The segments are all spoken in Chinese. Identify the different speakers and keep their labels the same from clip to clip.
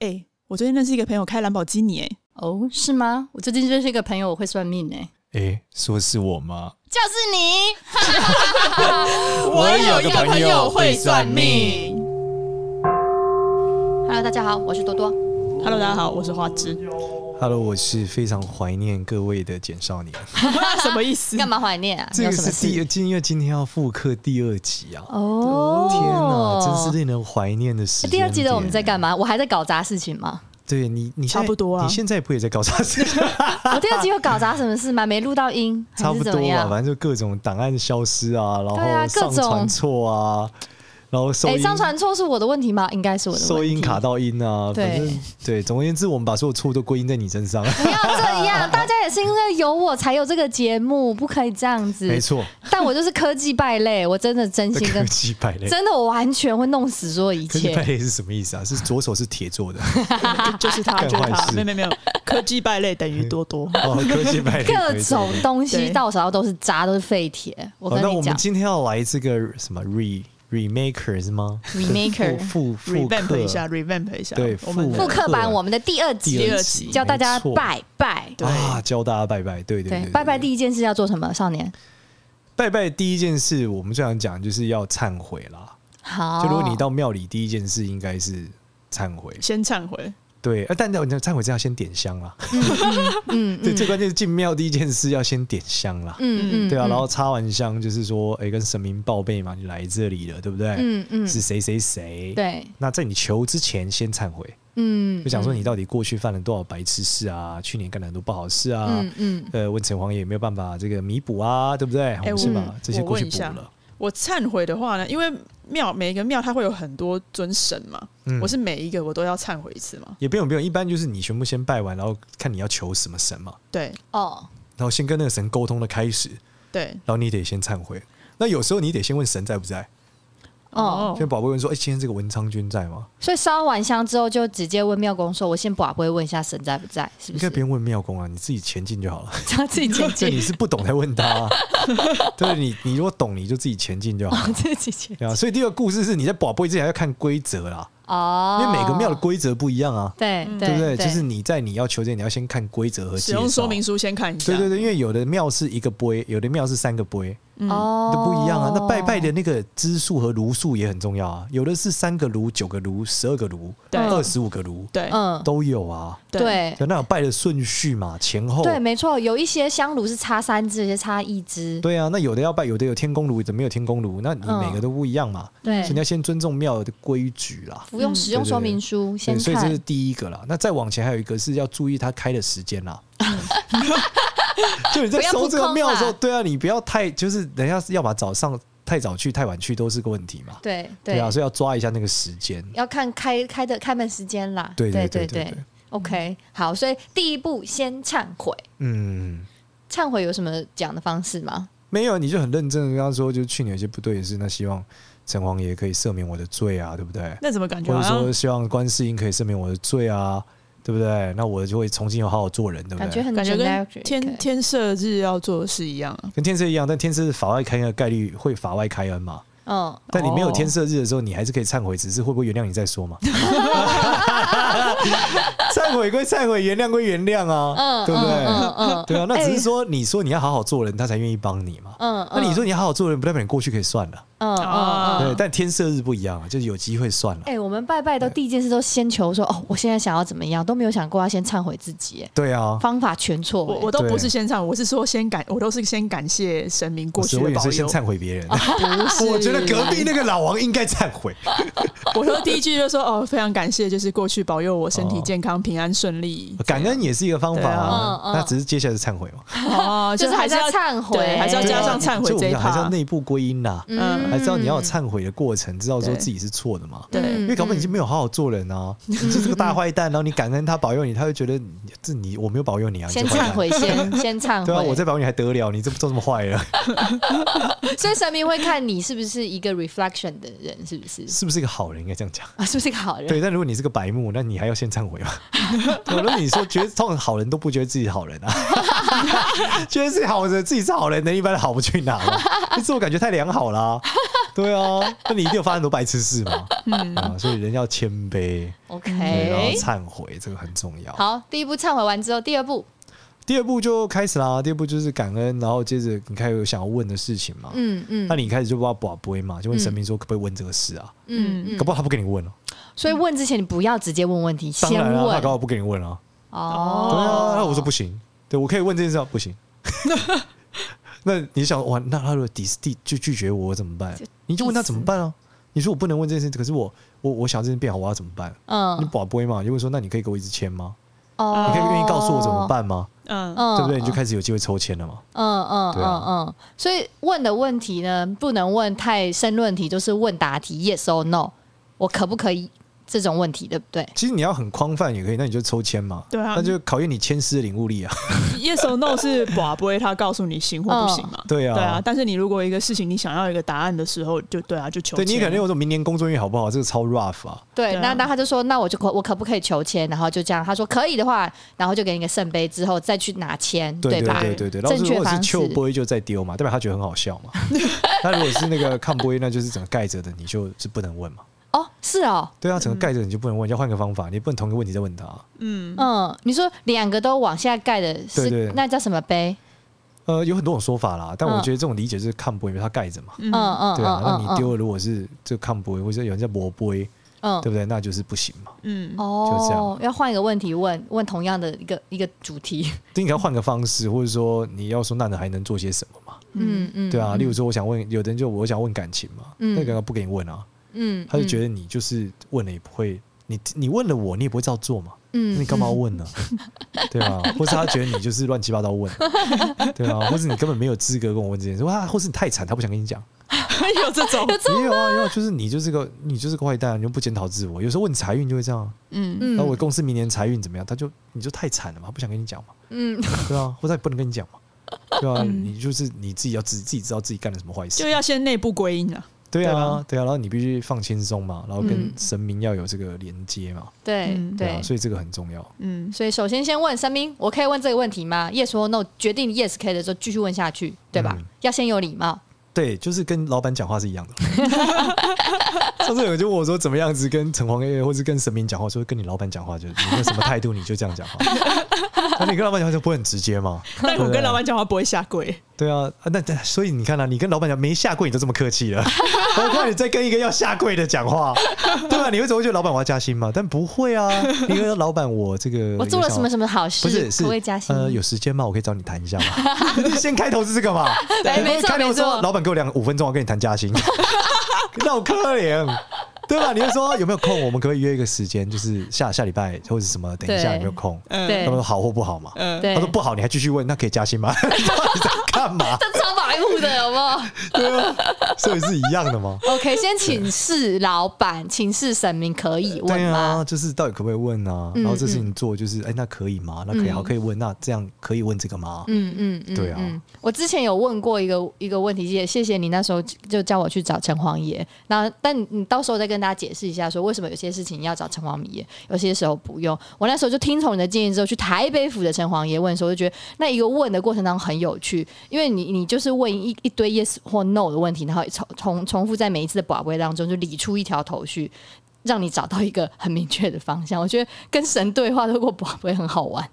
Speaker 1: 哎、我最近认识一个朋友开兰博基尼、哎，
Speaker 2: 哦，是吗？我最近认识一个朋友，我会算命哎、
Speaker 3: 诶，说是我吗？
Speaker 2: 就是你。
Speaker 3: 我有个朋友会算命。
Speaker 2: Hello，大家好，我是
Speaker 3: 嗯
Speaker 2: 多多。
Speaker 1: Hello，大家好，我是花枝。
Speaker 3: Hello，我是非常怀念各位的简少 年。
Speaker 1: 什么意思？
Speaker 2: 干嘛怀念啊？
Speaker 3: 这
Speaker 2: 你有
Speaker 3: 个
Speaker 2: 什么
Speaker 3: 是第
Speaker 2: 事？
Speaker 3: 二，今因为今天要复刻第二集啊！
Speaker 2: 哦哎
Speaker 3: 天哪，真是令人怀念的时间。
Speaker 2: 第二季的我们在？干嘛？我还在搞砸事情吗？
Speaker 3: 对你，你现在
Speaker 1: 差不多啊
Speaker 3: 你现在不也在搞啥 事？
Speaker 2: 我第二季有搞砸什么事吗？没录到音
Speaker 3: 差
Speaker 2: 还
Speaker 3: 不
Speaker 2: 是
Speaker 3: 多
Speaker 2: 怎么
Speaker 3: 啊，
Speaker 2: 样？
Speaker 3: 反正就各种档案消失啊，然
Speaker 2: 对啊
Speaker 3: 后
Speaker 2: 各
Speaker 3: 上
Speaker 2: 种
Speaker 3: 传错啊，然后收
Speaker 2: 哎、
Speaker 3: 音
Speaker 2: 上传错是我的问题吗？应该是我的问题。
Speaker 3: 收音卡到音啊，
Speaker 2: 对
Speaker 3: 反正对，总而言之，我们把所有错都归因在你身上。
Speaker 2: 不要这样，大家也是因为有我才有这个节目，不可以这样 子。
Speaker 3: 没错，
Speaker 2: 但我就是科技败类，我真的真 心
Speaker 3: 科
Speaker 2: 跟
Speaker 3: 技败类，
Speaker 2: 真的，我完全会弄死所有一
Speaker 3: 科技
Speaker 2: 切
Speaker 3: 败。类是什么意思啊？是左手是铁做的，
Speaker 1: 就就是他，
Speaker 3: 干
Speaker 1: 就是
Speaker 3: 坏
Speaker 1: 他。
Speaker 3: 事
Speaker 1: 没有没有没有，科技败类等于多多。
Speaker 3: 哦，科技败类，
Speaker 2: 各种
Speaker 3: 对。对对
Speaker 2: 东西
Speaker 1: 对
Speaker 2: 到手都是渣，都是废铁。我
Speaker 3: 好，
Speaker 2: 跟
Speaker 3: 那
Speaker 2: 你
Speaker 3: 我
Speaker 2: 讲
Speaker 3: 们今天要来这个什么 re remaker 是吗
Speaker 2: ，Remaker
Speaker 3: 复 复复
Speaker 1: revamp
Speaker 3: 刻
Speaker 1: 一下，revamp 一下。
Speaker 3: 对
Speaker 1: 我们
Speaker 2: 复
Speaker 1: 的
Speaker 2: 刻版我们的第二集，
Speaker 1: 第
Speaker 3: 第
Speaker 1: 二
Speaker 3: 二
Speaker 1: 集
Speaker 3: 集，
Speaker 2: 教大家
Speaker 3: 没错
Speaker 2: 拜拜。
Speaker 1: 对
Speaker 3: 啊，教大家拜拜，对对
Speaker 2: 对，
Speaker 3: 对，
Speaker 2: 拜拜第一件事要做什么？少年，
Speaker 3: 拜拜第一件事，我们最常讲就是要忏悔啦。
Speaker 2: 好。
Speaker 3: 就如果你到庙里，第一件事应该是忏悔，
Speaker 1: 先忏悔，
Speaker 3: 对，啊，但但你忏悔之后要先点香啦，
Speaker 2: 嗯
Speaker 3: 对，最关键是进庙第一件事要先点香啦，
Speaker 2: 嗯嗯，
Speaker 3: 对啊，
Speaker 2: 嗯
Speaker 3: 然后插完香就是说，哎，跟神明报备嘛，你来这里了，对不对？
Speaker 2: 嗯嗯，
Speaker 3: 是谁谁谁？
Speaker 2: 对，
Speaker 3: 那在你求之前先忏悔，
Speaker 2: 嗯，
Speaker 3: 就想说你到底过去犯了多少白痴事啊？去年干了很多不好事啊，
Speaker 2: 嗯嗯，
Speaker 3: 呃，问城隍爷有没有办法这个弥补啊，对不对？
Speaker 2: 哎
Speaker 3: 我们是
Speaker 1: 我
Speaker 3: 把这些
Speaker 1: 我
Speaker 3: 过去
Speaker 1: 问一
Speaker 3: 补
Speaker 1: 下
Speaker 3: 了。
Speaker 1: 我忏悔的话呢，因为庙每一个庙它会有很多尊神嘛，
Speaker 3: 嗯
Speaker 1: 我是每一个我都要忏悔一次嘛。
Speaker 3: 也不用不用，一般就是你全部先拜完，然后看你要求什么神嘛，
Speaker 1: 对
Speaker 2: 哦，
Speaker 3: 然后先跟那个神沟通的开始，然
Speaker 1: 对
Speaker 3: 后你得先忏悔。那有时候你得先问神在不在，
Speaker 2: 哦
Speaker 3: 先宝贝问说：“哎、今天这个文昌君在吗
Speaker 2: 所以烧完香之后就直接问庙公说：“我先把不会问一下神在不在，是？”不
Speaker 3: 应该
Speaker 2: 是
Speaker 3: 不？用问庙公啊，你自己前进就好了。
Speaker 2: 他自己 前
Speaker 3: 这你
Speaker 2: 进，
Speaker 3: 是不懂才问他、啊，对你你如果懂你就自己前进就好了。
Speaker 2: 哦自己前
Speaker 3: 对啊，所以第二个故事是你在宝贝之前要看规则啊啦，
Speaker 2: 哦，
Speaker 3: 因为每个庙的规则不一样啊，
Speaker 2: 对
Speaker 3: 对
Speaker 2: 哦对
Speaker 3: 不对？就是你在你要求之前，你要先看规则和
Speaker 1: 使
Speaker 3: 介
Speaker 1: 用
Speaker 3: 绍。
Speaker 1: 说明书先看一下。
Speaker 3: 对对对，因为有的庙是一个杯，有的庙是三个杯，
Speaker 1: 嗯
Speaker 2: 哦
Speaker 3: 都不一样啊。那拜拜的那个支数和炉数也很重要啊，有的是三个炉、九个炉、十二个炉、
Speaker 1: 对
Speaker 3: 二十五个炉
Speaker 1: 对
Speaker 2: 嗯，
Speaker 3: 都有啊。
Speaker 2: 对
Speaker 3: 那有拜的顺序嘛，前后。
Speaker 2: 对，没错，有一些香炉是插三支，有些插一支。
Speaker 3: 对啊，那有的要拜，有的有天公炉，有的没有天公炉，那你
Speaker 2: 嗯
Speaker 3: 每个都不一样嘛。
Speaker 2: 对
Speaker 3: 所以你要先尊重庙的规矩啦。
Speaker 2: 服用使用说明书，先
Speaker 3: 对，所以这
Speaker 2: 看
Speaker 3: 是第一个啦。那再往前还有一个是要注意他开的时间 啦。就你在
Speaker 2: 不要
Speaker 3: 收
Speaker 2: 扑
Speaker 3: 这个
Speaker 2: 空
Speaker 3: 庙的时候，
Speaker 2: 啦
Speaker 3: 对啊，你不要太就是人家要把早上太早去、太晚去都是个问题嘛。
Speaker 2: 对
Speaker 3: 对啊，所以要抓一下那个时间。
Speaker 2: 要看开开的开门时间啦。
Speaker 3: 对
Speaker 2: 对
Speaker 3: 对对对
Speaker 2: 对
Speaker 3: 对
Speaker 2: OK，好，所以第一步先忏悔，
Speaker 3: 嗯，
Speaker 2: 忏悔有什么讲的方式吗？
Speaker 3: 没有，你就很认真的跟他说，就去年有些不对的事，那希望城隍爷可以赦免我的罪啊，对不对？
Speaker 1: 那怎么感觉
Speaker 3: 或
Speaker 1: 好
Speaker 3: 者
Speaker 2: 啊
Speaker 3: 说
Speaker 1: 像
Speaker 3: 希望观世音可以赦免我的罪啊，对不对？那我就会重新好好做人，对不
Speaker 2: 感觉
Speaker 3: 对？
Speaker 2: 很
Speaker 1: 感觉跟
Speaker 2: generic
Speaker 1: 天天赦日要做的事一样啊？
Speaker 3: 跟天赦一样，但天赦是法外开恩的概率会法外开恩嘛？
Speaker 2: 嗯，
Speaker 3: 但你没有
Speaker 1: 哦
Speaker 3: 天赦日的时候，你还是可以忏悔，只是会不会原谅你再说 嘛？忏悔归忏悔，原谅归原谅啊，
Speaker 2: 嗯
Speaker 3: 对不对？
Speaker 2: 嗯嗯
Speaker 3: 对啊，那只
Speaker 2: 哎
Speaker 3: 是说你说你要好好做人，他才愿意帮你嘛。
Speaker 2: 嗯，
Speaker 3: 那你说你好好做人，不代表你过去可以算了。
Speaker 2: 嗯嗯
Speaker 1: 啊
Speaker 3: 对，但天赦日不一样啊，就是有机会算了。
Speaker 2: 哎、我们拜拜都第一件事都先求说，哦，我现在想要怎么样，都没有想过要先忏悔自己，哎
Speaker 3: 对啊，
Speaker 2: 方法全错。
Speaker 1: 我
Speaker 2: 哎
Speaker 1: 我都
Speaker 3: 对
Speaker 1: 不是先唱，我是说先感，我都是先感谢神明过去
Speaker 3: 哦我
Speaker 1: 的
Speaker 3: 也
Speaker 1: 保
Speaker 3: 是先
Speaker 1: 佑。
Speaker 3: 忏悔别人。
Speaker 2: 哦
Speaker 1: 不是，
Speaker 3: 我觉得隔壁那个老王应该忏悔。
Speaker 1: 我说第一句就说哦，非常感谢，就是过去保佑我身
Speaker 3: 哦
Speaker 1: 体健康、平安顺 利。
Speaker 3: 感恩也是一个方法啊，
Speaker 2: 对啊嗯嗯
Speaker 3: 那只是接下来是忏悔嘛，
Speaker 1: 哦，
Speaker 2: 就是
Speaker 1: 还
Speaker 2: 还是
Speaker 1: 是
Speaker 2: 要
Speaker 1: 要
Speaker 2: 忏悔，
Speaker 1: 对还是要加上忏悔
Speaker 3: 啊就我
Speaker 1: 这
Speaker 3: 们
Speaker 1: 一
Speaker 3: 讲还是
Speaker 1: 趴
Speaker 3: 要。内部归因啦，
Speaker 1: 嗯嗯
Speaker 3: 还是要你要有忏悔的过程，知道说自己是错的嘛。
Speaker 1: 对
Speaker 2: 嗯
Speaker 3: 因为搞不好你就没有好好做 人啊，你就是个大坏蛋，然后你感恩他保佑你，他会觉得你这你我没有保佑你啊，你
Speaker 2: 先
Speaker 3: 这坏蛋
Speaker 2: 忏。悔，先 先忏悔。
Speaker 3: 对啊，我再保佑你还得了？你这不做这么坏了，
Speaker 2: 所以神明会看你是不是一个 reflection 的人，是不是？
Speaker 3: 是不是一个好人？应该这样讲。
Speaker 2: 啊，是不是一个好人？
Speaker 3: 对，但如果你是个白目，那你还要先忏悔 吗？我那你说，觉得通常好人都不觉得自己是好人啊， 觉得自己好人，自己是好人的，一般好不去哪嘛？自我感觉太良好啦、对啊，那你一定有发生很多白痴事嘛，
Speaker 1: 嗯，
Speaker 3: 啊，所以人要谦卑，对，然后
Speaker 2: OK，
Speaker 3: 忏悔，这个很重要。
Speaker 2: 好，第一步忏悔完之后，第二步，
Speaker 3: 第二步就开始啦，第二步就是感恩，然后接着你开始有想要问的事情嘛，
Speaker 2: 嗯嗯
Speaker 3: 那你一开始就不要卜龟嘛，就问神明说可不可以问这个事啊？
Speaker 2: 嗯
Speaker 3: 搞不好他不给你问哦，
Speaker 2: 所以问之前你不要直接问问题，
Speaker 3: 当
Speaker 2: 先
Speaker 3: 然了，他
Speaker 2: 问
Speaker 3: 搞不好不给你问啊。对啊，那
Speaker 2: 哦。
Speaker 3: 我说不行，对我可以问这件事啊，不 行。那你想哇，那他如果抵拒拒拒绝我，我怎么办？你就问他怎么办啊？你说我不能问这件事，可是我我我想这件事变好，我要怎么办？你
Speaker 2: 嗯，
Speaker 3: 宝贝嘛，就会说那你可以给我一支签吗？
Speaker 2: 哦
Speaker 3: 你可以愿意告诉我怎么？办吗？
Speaker 1: 嗯，
Speaker 2: 嗯，
Speaker 3: 对不对？你就开始有机会抽签了嘛。
Speaker 2: 嗯嗯
Speaker 3: 对
Speaker 2: 嗯
Speaker 3: 啊
Speaker 2: 嗯，所以问的问题呢，不能问太深论题，就是问答题，yes or no，我可不可以这种问题，对不对？
Speaker 3: 其实你要很宽泛也可以，那你就抽签嘛。
Speaker 2: 嗯
Speaker 1: 对啊
Speaker 3: 那就考验你签诗的领悟力啊。
Speaker 1: yes or no 是寡不会他告诉你行或不行嘛？
Speaker 3: 对啊
Speaker 1: 对啊。但是你如果一个事情你想要一个答案的时候，就对啊，就求
Speaker 3: 对你也可能
Speaker 1: 签
Speaker 3: 有种明年工作运好不好，这个超 rough 啊。
Speaker 2: 对，
Speaker 1: 对啊
Speaker 2: 那那他就说，那我就可我可不可以求签？然后就这样，他说可以的话，然后就给你一个圣杯，之后再去拿签，
Speaker 3: 对
Speaker 2: 吧？
Speaker 3: 对对对，然后
Speaker 2: 正
Speaker 3: 如
Speaker 2: 确
Speaker 3: 果是
Speaker 2: 方式
Speaker 3: 秋波就再丢嘛，代表他觉得很好笑 嘛。 那如果是那个看波，那就是整个盖着的，你就是不能问嘛。
Speaker 2: 哦，是哦，
Speaker 3: 对啊，整个盖着你就不能问，要换个方法，你不能同一个问题再问他。啊
Speaker 1: 嗯
Speaker 2: 嗯，你说两个都往下盖的是
Speaker 3: 对对
Speaker 2: 那叫什么杯？
Speaker 3: 呃，有很多种说法啦，但我
Speaker 2: 嗯
Speaker 3: 觉得这种理解就是看波，因为它盖着嘛。
Speaker 2: 嗯嗯
Speaker 3: 对啊
Speaker 2: 嗯，
Speaker 3: 那
Speaker 2: 嗯
Speaker 3: 你丢了如果是这个看波，或者有人叫磨波，对
Speaker 2: 嗯
Speaker 3: 不对？那就是不行嘛。
Speaker 1: 嗯
Speaker 3: 就这
Speaker 2: 哦
Speaker 3: 样，
Speaker 2: 要换一个问题问，问同样的一个一个主题，
Speaker 3: 你可要换个方式，或者说你要说那你还能做些什么嘛？
Speaker 1: 嗯
Speaker 2: 嗯嗯，
Speaker 3: 对啊，
Speaker 2: 嗯
Speaker 3: 例如说我想问，有的人就我想问感情嘛，
Speaker 2: 嗯
Speaker 3: 那个人不给你问啊，
Speaker 2: 嗯，
Speaker 3: 他就觉
Speaker 2: 得
Speaker 3: 得你就是问了也不会，你你问了我，你也不会照做嘛。
Speaker 2: 嗯
Speaker 3: 那你干嘛问呢？对啊，或是他觉得你就是乱七八糟问，对啊，或是你根本没有资格跟我问这件事，哇，或是你太惨，他不想跟你讲，
Speaker 1: 有这种，
Speaker 3: 也有啊，也有，就是你就是个你就是个坏蛋，你就不检讨自我，有时候问财运就会这样啊，
Speaker 1: 嗯
Speaker 2: 嗯
Speaker 3: 那我公司明年财运怎么样？他就你就太惨了嘛，他不想跟你讲嘛，
Speaker 2: 嗯
Speaker 3: 对啊，或者他也不能跟你讲嘛，对啊，
Speaker 1: 嗯
Speaker 3: 你就是你自己要自自己知道自己干了什么坏事
Speaker 1: 就，要先内部归因啊。
Speaker 3: 对
Speaker 1: 对
Speaker 3: 啊
Speaker 1: 吧，
Speaker 3: 对啊，然后你必须放轻松嘛，然后跟
Speaker 2: 嗯
Speaker 3: 神明要有这个连接嘛，
Speaker 2: 对
Speaker 1: 嗯
Speaker 3: 对
Speaker 2: 对
Speaker 3: 啊，，所以这个很重要。
Speaker 1: 嗯，
Speaker 2: 所以首先先问神明，我可以问这个问题吗？Yes 或 No，决定 Yes 可以的时候继续问下去，对吧
Speaker 3: 嗯？
Speaker 2: 要先有礼貌，
Speaker 3: 对，就是跟老板讲话是一样的。 上次有人就问我说，怎么样子跟城隍爷或是跟神明讲话，说跟你老板讲话，就是你有什么态度，你就这样 讲话。那你跟老板讲话就不会很直接吗？
Speaker 1: 但我跟老板讲话不会下跪，
Speaker 3: 对啊，啊那那所以你看啊，你跟老板讲没下跪，你都这么客气 了，何况你再跟一个要下跪的讲 话，对吧、你会总会觉得老板我要加薪嘛？但不会啊，你跟老板 我这个
Speaker 2: 我做了什么什
Speaker 3: 么。
Speaker 2: 么好
Speaker 3: 不
Speaker 2: 事
Speaker 3: 是，是
Speaker 2: 可不可以加薪？
Speaker 3: 呃，有时间吗？我可以找你谈一下吗？ 就是先开头是这个嘛？
Speaker 2: 对没错
Speaker 3: 开头
Speaker 2: 没错
Speaker 3: 说老板给我两五分钟，我跟你谈加薪， 那我可怜，对吧？你就说有没有空，我们可不可以约一个时间，就是下下礼拜或者什么，等一下
Speaker 2: 对
Speaker 3: 有没有空？
Speaker 1: 嗯，
Speaker 2: 对
Speaker 3: 他们说好或不好嘛？
Speaker 1: 嗯，
Speaker 2: 对
Speaker 3: 他说不好，你还继续问，那可以加薪 吗？你到底在干嘛？
Speaker 2: 这超白目的，有没有？
Speaker 3: 对啊，所以是一样的 吗？
Speaker 2: OK，先请示老板，请示神明可以
Speaker 3: 对
Speaker 2: 问
Speaker 3: 啊，
Speaker 2: 吗？
Speaker 3: 就是到底可不可以问啊？
Speaker 2: 嗯
Speaker 3: 然后这事情做就是，哎，那可以吗？那可以，好，可以问。那这样可以问这个吗？
Speaker 2: 嗯嗯嗯，
Speaker 3: 对啊
Speaker 2: 嗯我之前有问过一个一个问题，也谢谢你那时候就叫我去找城隍爷。那但你到时候再跟大家解释一下，说为什么有些事情要找城隍爷，有些时候不用。我那时候就听从你的建议之后，去台北府的城隍爷问的时候，我就觉得那一个问的过程当中很有趣，因为你你就是问一一堆 yes 或 no 的问题，然后重重重复在每一次的宝贝当中，就理出一条头绪。让你找到一个很明确的方向，我觉得跟神对话透过宝贝很好玩。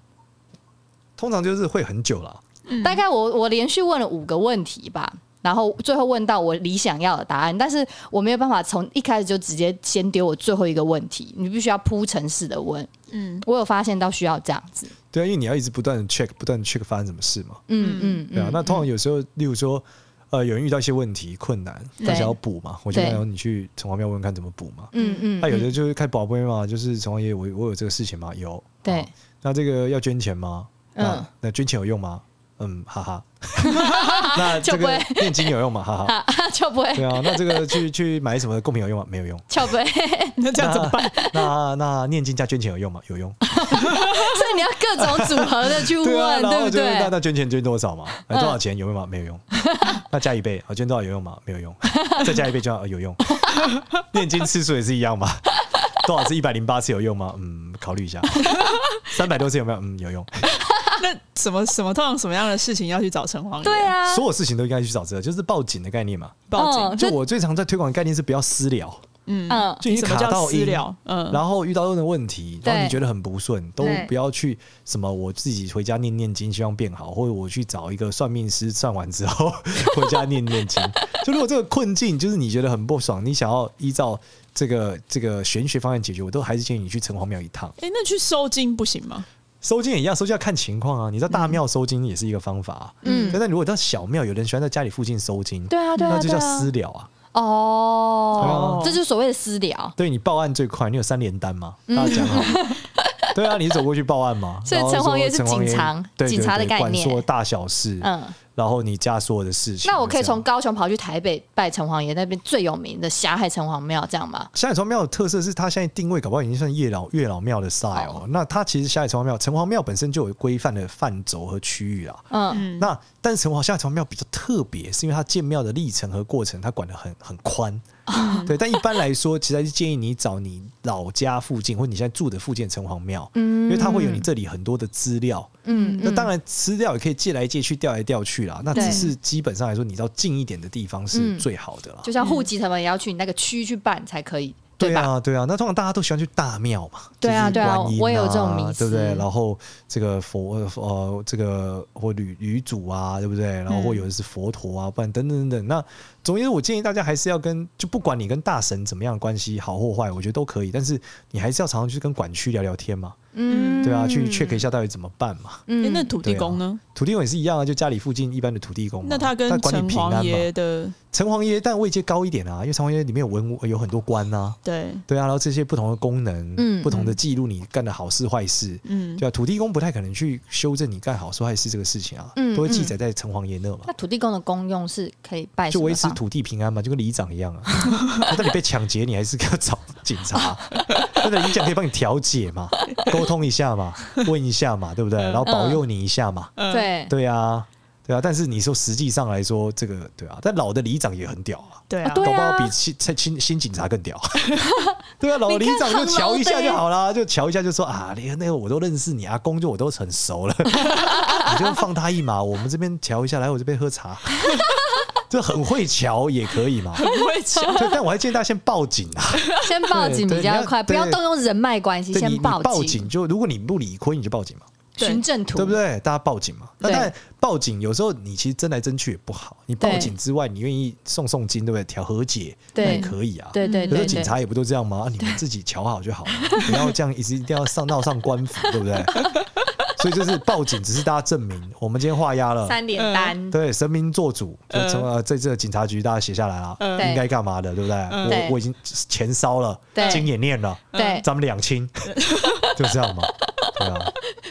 Speaker 3: 通常就是会很久啦。
Speaker 2: 大概我我连续问了五个问题吧，然后最后问到我理想要的答案，但是我没有办法从一开始就直接先丢我最后一个问题，你必须要铺陈式的问。嗯，我有发现到需要这样子。
Speaker 3: 对啊，因为你要一直不断的 check，不断的 check 发生什么事嘛。
Speaker 2: 嗯嗯
Speaker 3: 对啊，那通常有时候，例如说，呃，有人遇到一些问题、困难，他
Speaker 2: 对
Speaker 3: 想要补嘛，我就
Speaker 2: 对
Speaker 3: 然后你去城隍庙问问看怎么补嘛。
Speaker 2: 嗯嗯，
Speaker 3: 那、有的就是开宝贝嘛，就是城隍爷，我我有这个事情吗？有。
Speaker 2: 对
Speaker 3: 啊那这个要捐钱吗？
Speaker 2: 嗯
Speaker 3: 嗯。那捐钱有用吗？嗯，哈 哈。那
Speaker 2: 就
Speaker 3: 这
Speaker 2: 不
Speaker 3: 个
Speaker 2: 会
Speaker 3: 念经有用吗？哈哈。
Speaker 2: 啊，就不
Speaker 3: 对
Speaker 2: 会，
Speaker 3: 啊，那这个去 去买什么贡品有用吗？没有用。
Speaker 2: 就不会，所
Speaker 1: 那这样
Speaker 3: 啊
Speaker 1: 怎么办？
Speaker 3: 那那念经加捐钱有用吗？有用。
Speaker 2: 以你要各种组合的去问，
Speaker 3: 对啊，然后
Speaker 2: 不
Speaker 3: 就是那
Speaker 2: 对？
Speaker 3: 那捐钱捐多少 嘛？哎多少钱有用吗？没有用。那加一倍啊，捐多少有用吗？没有用。 再加一倍就要哦 有用。念经次数也是一样嘛？ 多少次？一百零八次有用吗？嗯，考虑一下。三百多次有没有？嗯，有用。
Speaker 1: 那什么什么通常什么样的事情要去找城隍爷？
Speaker 2: 对，啊，
Speaker 3: 所有事情都应该去找资料，就是报警的概念嘛。
Speaker 1: 报警。
Speaker 2: 嗯
Speaker 3: 就
Speaker 2: 那
Speaker 3: 我最常在推广的概念是不要私聊，
Speaker 2: 嗯，
Speaker 3: 就你
Speaker 1: 什么
Speaker 3: 卡
Speaker 1: 叫
Speaker 3: 到
Speaker 1: 私
Speaker 3: 音，
Speaker 1: 聊？嗯，
Speaker 3: 然后遇到任何问题，然后
Speaker 2: 对
Speaker 3: 你觉得很不顺，都
Speaker 2: 对
Speaker 3: 不要去什么我自己回家念念经，希望变好，或者我去找一个算命师算完之后 回家念念经。 就如果这个困境就是你觉得很不爽，你想要依照这个这个玄学方案解决，我都还是建议你去城隍庙一趟。
Speaker 1: 哎、那去收金不行吗？
Speaker 3: 收金也一样，收金要看情况啊。你知道大庙收金也是一个方法、啊，
Speaker 2: 嗯
Speaker 3: 嗯，但如果到小庙，有人喜欢在家里附近收金，
Speaker 2: 对啊，对啊，
Speaker 3: 那就
Speaker 2: 对
Speaker 3: 叫
Speaker 2: 啊
Speaker 3: 私，聊啊。
Speaker 2: 哦
Speaker 1: 哦，
Speaker 2: 这就是所谓的私聊。
Speaker 3: 对你报案最快，你有三连单吗？大家讲 好。对啊，你走过去报案吗？
Speaker 2: 嗯所以
Speaker 3: 然后
Speaker 2: 城隍
Speaker 3: 说
Speaker 2: 爷是
Speaker 3: 城隍
Speaker 2: 警察
Speaker 3: 对对
Speaker 2: 警察的
Speaker 3: 对
Speaker 2: 概
Speaker 3: 管
Speaker 2: 念
Speaker 3: 所有大小事，
Speaker 2: 嗯，
Speaker 3: 然后你家所有的事情。
Speaker 2: 那我可以
Speaker 3: 这样
Speaker 2: 从高雄跑去台北拜城隍爷，那边最有名的霞海城隍庙，这样吗？
Speaker 3: 霞海城隍庙的特色是，它现在定位搞不好已经算月老月老庙的 style 了。那它其实霞海城隍庙，城隍庙本身就有规范的范畴和区域啊。
Speaker 2: 嗯，
Speaker 3: 那但是城隍下城隍庙比较特别，是因为它建庙的历程和过程，它管得很很 宽。对，但一般来说，其实还是建议你找你老家附近或你现在住的附近的城隍庙，因为它会有你这里很多的资料。
Speaker 2: 嗯，
Speaker 3: 那当然，资料也可以借来借去、调来调去啦。那
Speaker 2: 对嗯
Speaker 3: 只是基本上来说，你到近一点的地方是最好的啦。
Speaker 2: 就像户籍什么也要去你那个区去办才可以，
Speaker 3: 对
Speaker 2: 吧？
Speaker 3: 啊，对啊，那通常大家都喜欢去大庙嘛，
Speaker 2: 对啊
Speaker 3: 就是观音
Speaker 2: 对啊我也有这种迷
Speaker 3: 对
Speaker 2: 思
Speaker 3: 不对？然后这个佛呃这个或女女主啊，对不对？然
Speaker 2: 嗯
Speaker 3: 后或有的是佛陀啊，不然等等等等。那总而言之，我建议大家还是要跟，就不管你跟大神怎么样的关系，好或坏，我觉得都可以，但是你还是要常常去跟管区聊聊天嘛，
Speaker 2: 嗯，
Speaker 3: 对啊，去 check 一下到底怎么办嘛。
Speaker 1: 哎、
Speaker 2: 嗯，
Speaker 1: 那土地公呢？
Speaker 3: 土地公也是一样啊，就家里附近一般的土地公嘛，
Speaker 1: 那他跟
Speaker 3: 啊但管你
Speaker 1: 城
Speaker 3: 平安
Speaker 1: 隍
Speaker 3: 嘛。
Speaker 1: 爷的
Speaker 3: 城隍爷但位阶高一点啊，因为城隍爷里面有文武有很多官啊。
Speaker 1: 对，
Speaker 3: 对啊，然后这些不同的功能，
Speaker 2: 嗯
Speaker 3: 不同的记录你干的好事坏事，
Speaker 1: 嗯，
Speaker 3: 对啊，土地公不太可能去修正你干好事坏事这个事情啊，
Speaker 2: 嗯
Speaker 3: 都会记载在城隍爷那嘛
Speaker 2: 那，土地公的功用是可以拜什
Speaker 3: 就
Speaker 2: 么
Speaker 3: 维持
Speaker 2: 方？
Speaker 3: 土地平安嘛，就跟里长一样啊。那当你被抢劫，你还是要找警察，那的里长可以帮你调解嘛，沟通一下嘛，问一下嘛，对
Speaker 2: 嗯
Speaker 3: 不对？然后保佑你一下嘛，
Speaker 1: 呃，
Speaker 2: 对，
Speaker 3: 对啊，对啊。但是你说实际上来说，这个对啊，但老的里长也很屌啊。
Speaker 1: 对啊，
Speaker 2: 啊对
Speaker 3: 搞不好比新新新警察更 屌。对啊，老
Speaker 2: 你
Speaker 3: 里
Speaker 2: 看
Speaker 3: 长就
Speaker 2: 很
Speaker 3: 瞧一下
Speaker 2: 老的耶
Speaker 3: 就好啦，就瞧一下就说啊，那个那个我都认识你阿公，就我都很熟 了，你就放他一马。我们这边瞧一下，来我这边喝茶， 就很会瞧也可以嘛。
Speaker 1: 不会讲。
Speaker 3: 对，但我还建议大家先报警啊。
Speaker 2: 先报警比较快，不
Speaker 3: 对对
Speaker 2: 要动用人脉关系，
Speaker 3: 对你
Speaker 2: 先
Speaker 3: 你报
Speaker 2: 警，
Speaker 3: 警就，如果你不理亏，你就报警嘛，
Speaker 1: 对
Speaker 2: 寻证图，
Speaker 3: 对不？对？大家报警嘛。那
Speaker 2: 对
Speaker 3: 当然，报警有时候你其实争来争去也不好。你报
Speaker 2: 对
Speaker 3: 警之外，你愿意送送金，对不对？调和解，那
Speaker 2: 对
Speaker 3: 也可以啊。
Speaker 2: 对对
Speaker 3: 可
Speaker 2: 对
Speaker 3: 是
Speaker 2: 对
Speaker 3: 警，察也不都这样 吗？啊你们自己瞧好就好了，不要这样一直一定要上闹上官府，对不 对？所以就是报警，只是大家证明我们今天画押了，
Speaker 2: 三连单，
Speaker 3: 嗯对神明做主，就
Speaker 1: 嗯
Speaker 3: 从呃在这个警察局大家写下来了，
Speaker 1: 嗯
Speaker 2: 对嗯
Speaker 3: 应该干嘛的，对不对？
Speaker 2: 对
Speaker 3: 我我已经钱烧了
Speaker 2: 对，
Speaker 3: 经也念了，
Speaker 2: 对，
Speaker 3: 咱们两 清，就这样嘛，对啊，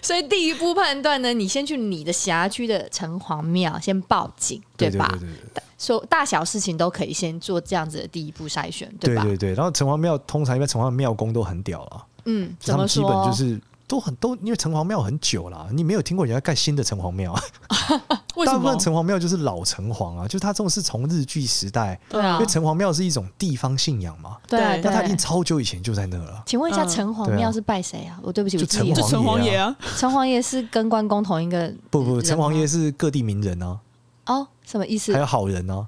Speaker 2: 所以第一步判断呢，你先去你的辖区的城隍庙先报警，
Speaker 3: 对对
Speaker 2: 吧？
Speaker 3: 对对对。
Speaker 2: 所大小事情都可以先做这样子的第一步筛选，
Speaker 3: 对
Speaker 2: 吧？
Speaker 3: 对对，然后城隍庙通常一般城隍庙公都很屌了，
Speaker 2: 嗯，怎
Speaker 3: 他
Speaker 2: 么
Speaker 3: 们基
Speaker 2: 说？
Speaker 3: 本就是都很都因为城隍庙很久了，你没有听过人家盖新的城隍庙 啊？
Speaker 1: 为
Speaker 3: 大
Speaker 1: 什
Speaker 3: 部分
Speaker 1: 么？
Speaker 3: 城隍庙就是老城隍啊，就它这种是从日据时代，
Speaker 2: 对啊
Speaker 3: 因为，城隍庙是一种地方信仰嘛，
Speaker 2: 对啊
Speaker 1: 对
Speaker 3: 那它已
Speaker 2: 对
Speaker 3: 经。超久以前就在那了。
Speaker 2: 请问一下，
Speaker 1: 嗯
Speaker 2: 城隍
Speaker 3: 对啊
Speaker 2: 庙是拜谁啊？我对不起，我
Speaker 3: 就
Speaker 2: 自己
Speaker 3: 城
Speaker 1: 就
Speaker 3: 隍
Speaker 1: 城隍
Speaker 3: 爷
Speaker 1: 爷啊，
Speaker 2: 城隍爷是跟关公同一个
Speaker 3: 不不，
Speaker 2: 人
Speaker 3: 城隍爷
Speaker 2: 吗
Speaker 3: 是各地名人啊，
Speaker 2: 哦，什么意思
Speaker 3: 还？有好人啊。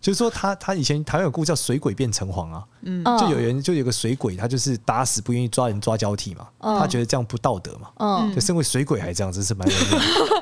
Speaker 3: 就是说他，他以前台湾有故叫水鬼变城隍啊，
Speaker 1: 嗯，
Speaker 2: 嗯
Speaker 3: 就有人就有个水鬼，他就是打死不愿意抓人抓交替嘛，
Speaker 2: 嗯
Speaker 3: 他觉得这样不道德嘛，
Speaker 2: 嗯
Speaker 1: 嗯
Speaker 3: 就身为水鬼还这样，真是蛮有 意思的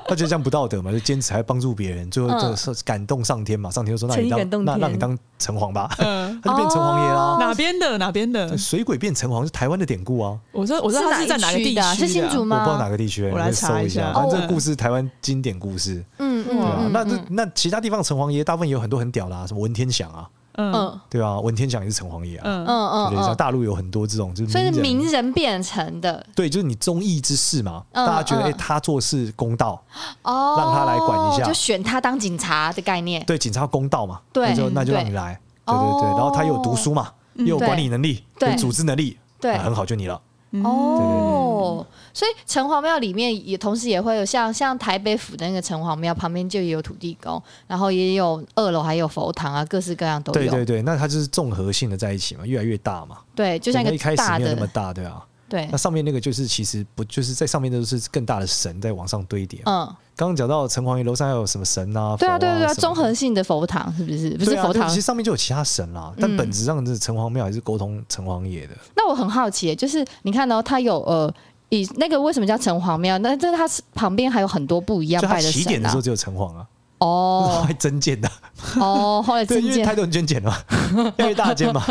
Speaker 3: 他觉得这样不道德嘛，就坚持还帮助别人，最后
Speaker 2: 嗯
Speaker 3: 就是感动上天嘛，上天就说那
Speaker 2: 诚
Speaker 3: 你
Speaker 2: 意感
Speaker 3: 当
Speaker 2: 动
Speaker 3: 那让
Speaker 2: 天哦
Speaker 3: 你当城隍吧，
Speaker 1: 嗯，
Speaker 3: 他就变城隍爷啦。
Speaker 1: 哪边的哪边的？
Speaker 3: 水鬼变城隍是台湾的典故啊，
Speaker 1: 我说我知道他是在哪个地区
Speaker 2: 一区
Speaker 1: 的
Speaker 2: 的
Speaker 1: 啊
Speaker 2: 啊？是新竹
Speaker 3: 我不
Speaker 2: 吗？
Speaker 3: 知道哪个地区，
Speaker 1: 我来
Speaker 3: 你可以
Speaker 1: 查
Speaker 3: 搜
Speaker 1: 一
Speaker 3: 一
Speaker 1: 下
Speaker 3: 下。反正这
Speaker 1: 哦
Speaker 3: 个故事，台湾经典故事，
Speaker 2: 嗯
Speaker 1: 对
Speaker 3: 对啊
Speaker 2: 嗯，。
Speaker 3: 那
Speaker 2: 嗯
Speaker 3: 这那其他地方城隍爷大部分也有很多很屌啦，什么文天祥啊，
Speaker 1: 嗯
Speaker 2: 嗯
Speaker 3: 对啊，文天祥也是城隍爷啊，
Speaker 1: 嗯嗯，
Speaker 2: 嗯嗯
Speaker 3: 对不对，像
Speaker 2: 嗯，
Speaker 3: 大陆有很多这种就是
Speaker 2: 所以是
Speaker 3: 名人
Speaker 2: 名人变成的
Speaker 3: 对，就是你忠义之士嘛，
Speaker 2: 嗯
Speaker 3: 大家觉得
Speaker 2: 嗯
Speaker 3: 哎他做事公道，
Speaker 2: 哦，
Speaker 3: 让他来管一下
Speaker 2: 就选他当警察的概念。
Speaker 3: 对警察要公道嘛，
Speaker 2: 对
Speaker 3: 那就那就让
Speaker 2: 对
Speaker 3: 你来，对对对，
Speaker 2: 哦嗯
Speaker 3: 然后他又有读书嘛，又有管理能力，
Speaker 2: 对
Speaker 3: 有组织能力，
Speaker 2: 对
Speaker 3: 啊很好，就你了。
Speaker 1: 嗯
Speaker 2: 哦，所以城隍庙里面也同时也会有像像台北府的那个城隍庙旁边就也有土地公，然后也有二楼还有佛堂啊，各式各样都有。
Speaker 3: 对对对，那他就是综合性的在一起嘛，越来越大嘛，
Speaker 2: 对就像
Speaker 3: 人家
Speaker 2: 一
Speaker 3: 一
Speaker 2: 个
Speaker 3: 开始
Speaker 2: 大
Speaker 3: 没有那么
Speaker 2: 的，
Speaker 3: 大，对啊，
Speaker 2: 对
Speaker 3: 那，上面那个就是其实不就是在上面都是更大的神在往上堆叠。
Speaker 2: 嗯，
Speaker 3: 刚刚讲到城隍爷楼上还有什么神啊？
Speaker 2: 对啊，
Speaker 3: 佛
Speaker 2: 对啊对
Speaker 3: 什么
Speaker 2: 啊，综
Speaker 3: 的
Speaker 2: 合性的佛堂是不是？不
Speaker 3: 对
Speaker 2: 是
Speaker 3: 啊
Speaker 2: 佛
Speaker 3: 对
Speaker 2: 堂
Speaker 3: 其实，上面就有其他神啦，但
Speaker 2: 嗯
Speaker 3: 本质上这城隍庙还是沟通城隍爷的。
Speaker 2: 那我很好奇耶，就是你看哦，它有呃，以那个为什么叫城隍庙？那这它是旁边还有很多不一样
Speaker 3: 就他
Speaker 2: 拜
Speaker 3: 起点
Speaker 2: 神
Speaker 3: 的时
Speaker 2: 啊
Speaker 3: 候。只有城隍啊，
Speaker 2: 哦
Speaker 3: 还真见的，
Speaker 2: 哦，后来
Speaker 3: 对，
Speaker 2: 增
Speaker 3: 因为
Speaker 2: 建
Speaker 3: 太多人捐钱了嘛， 越来越大间嘛，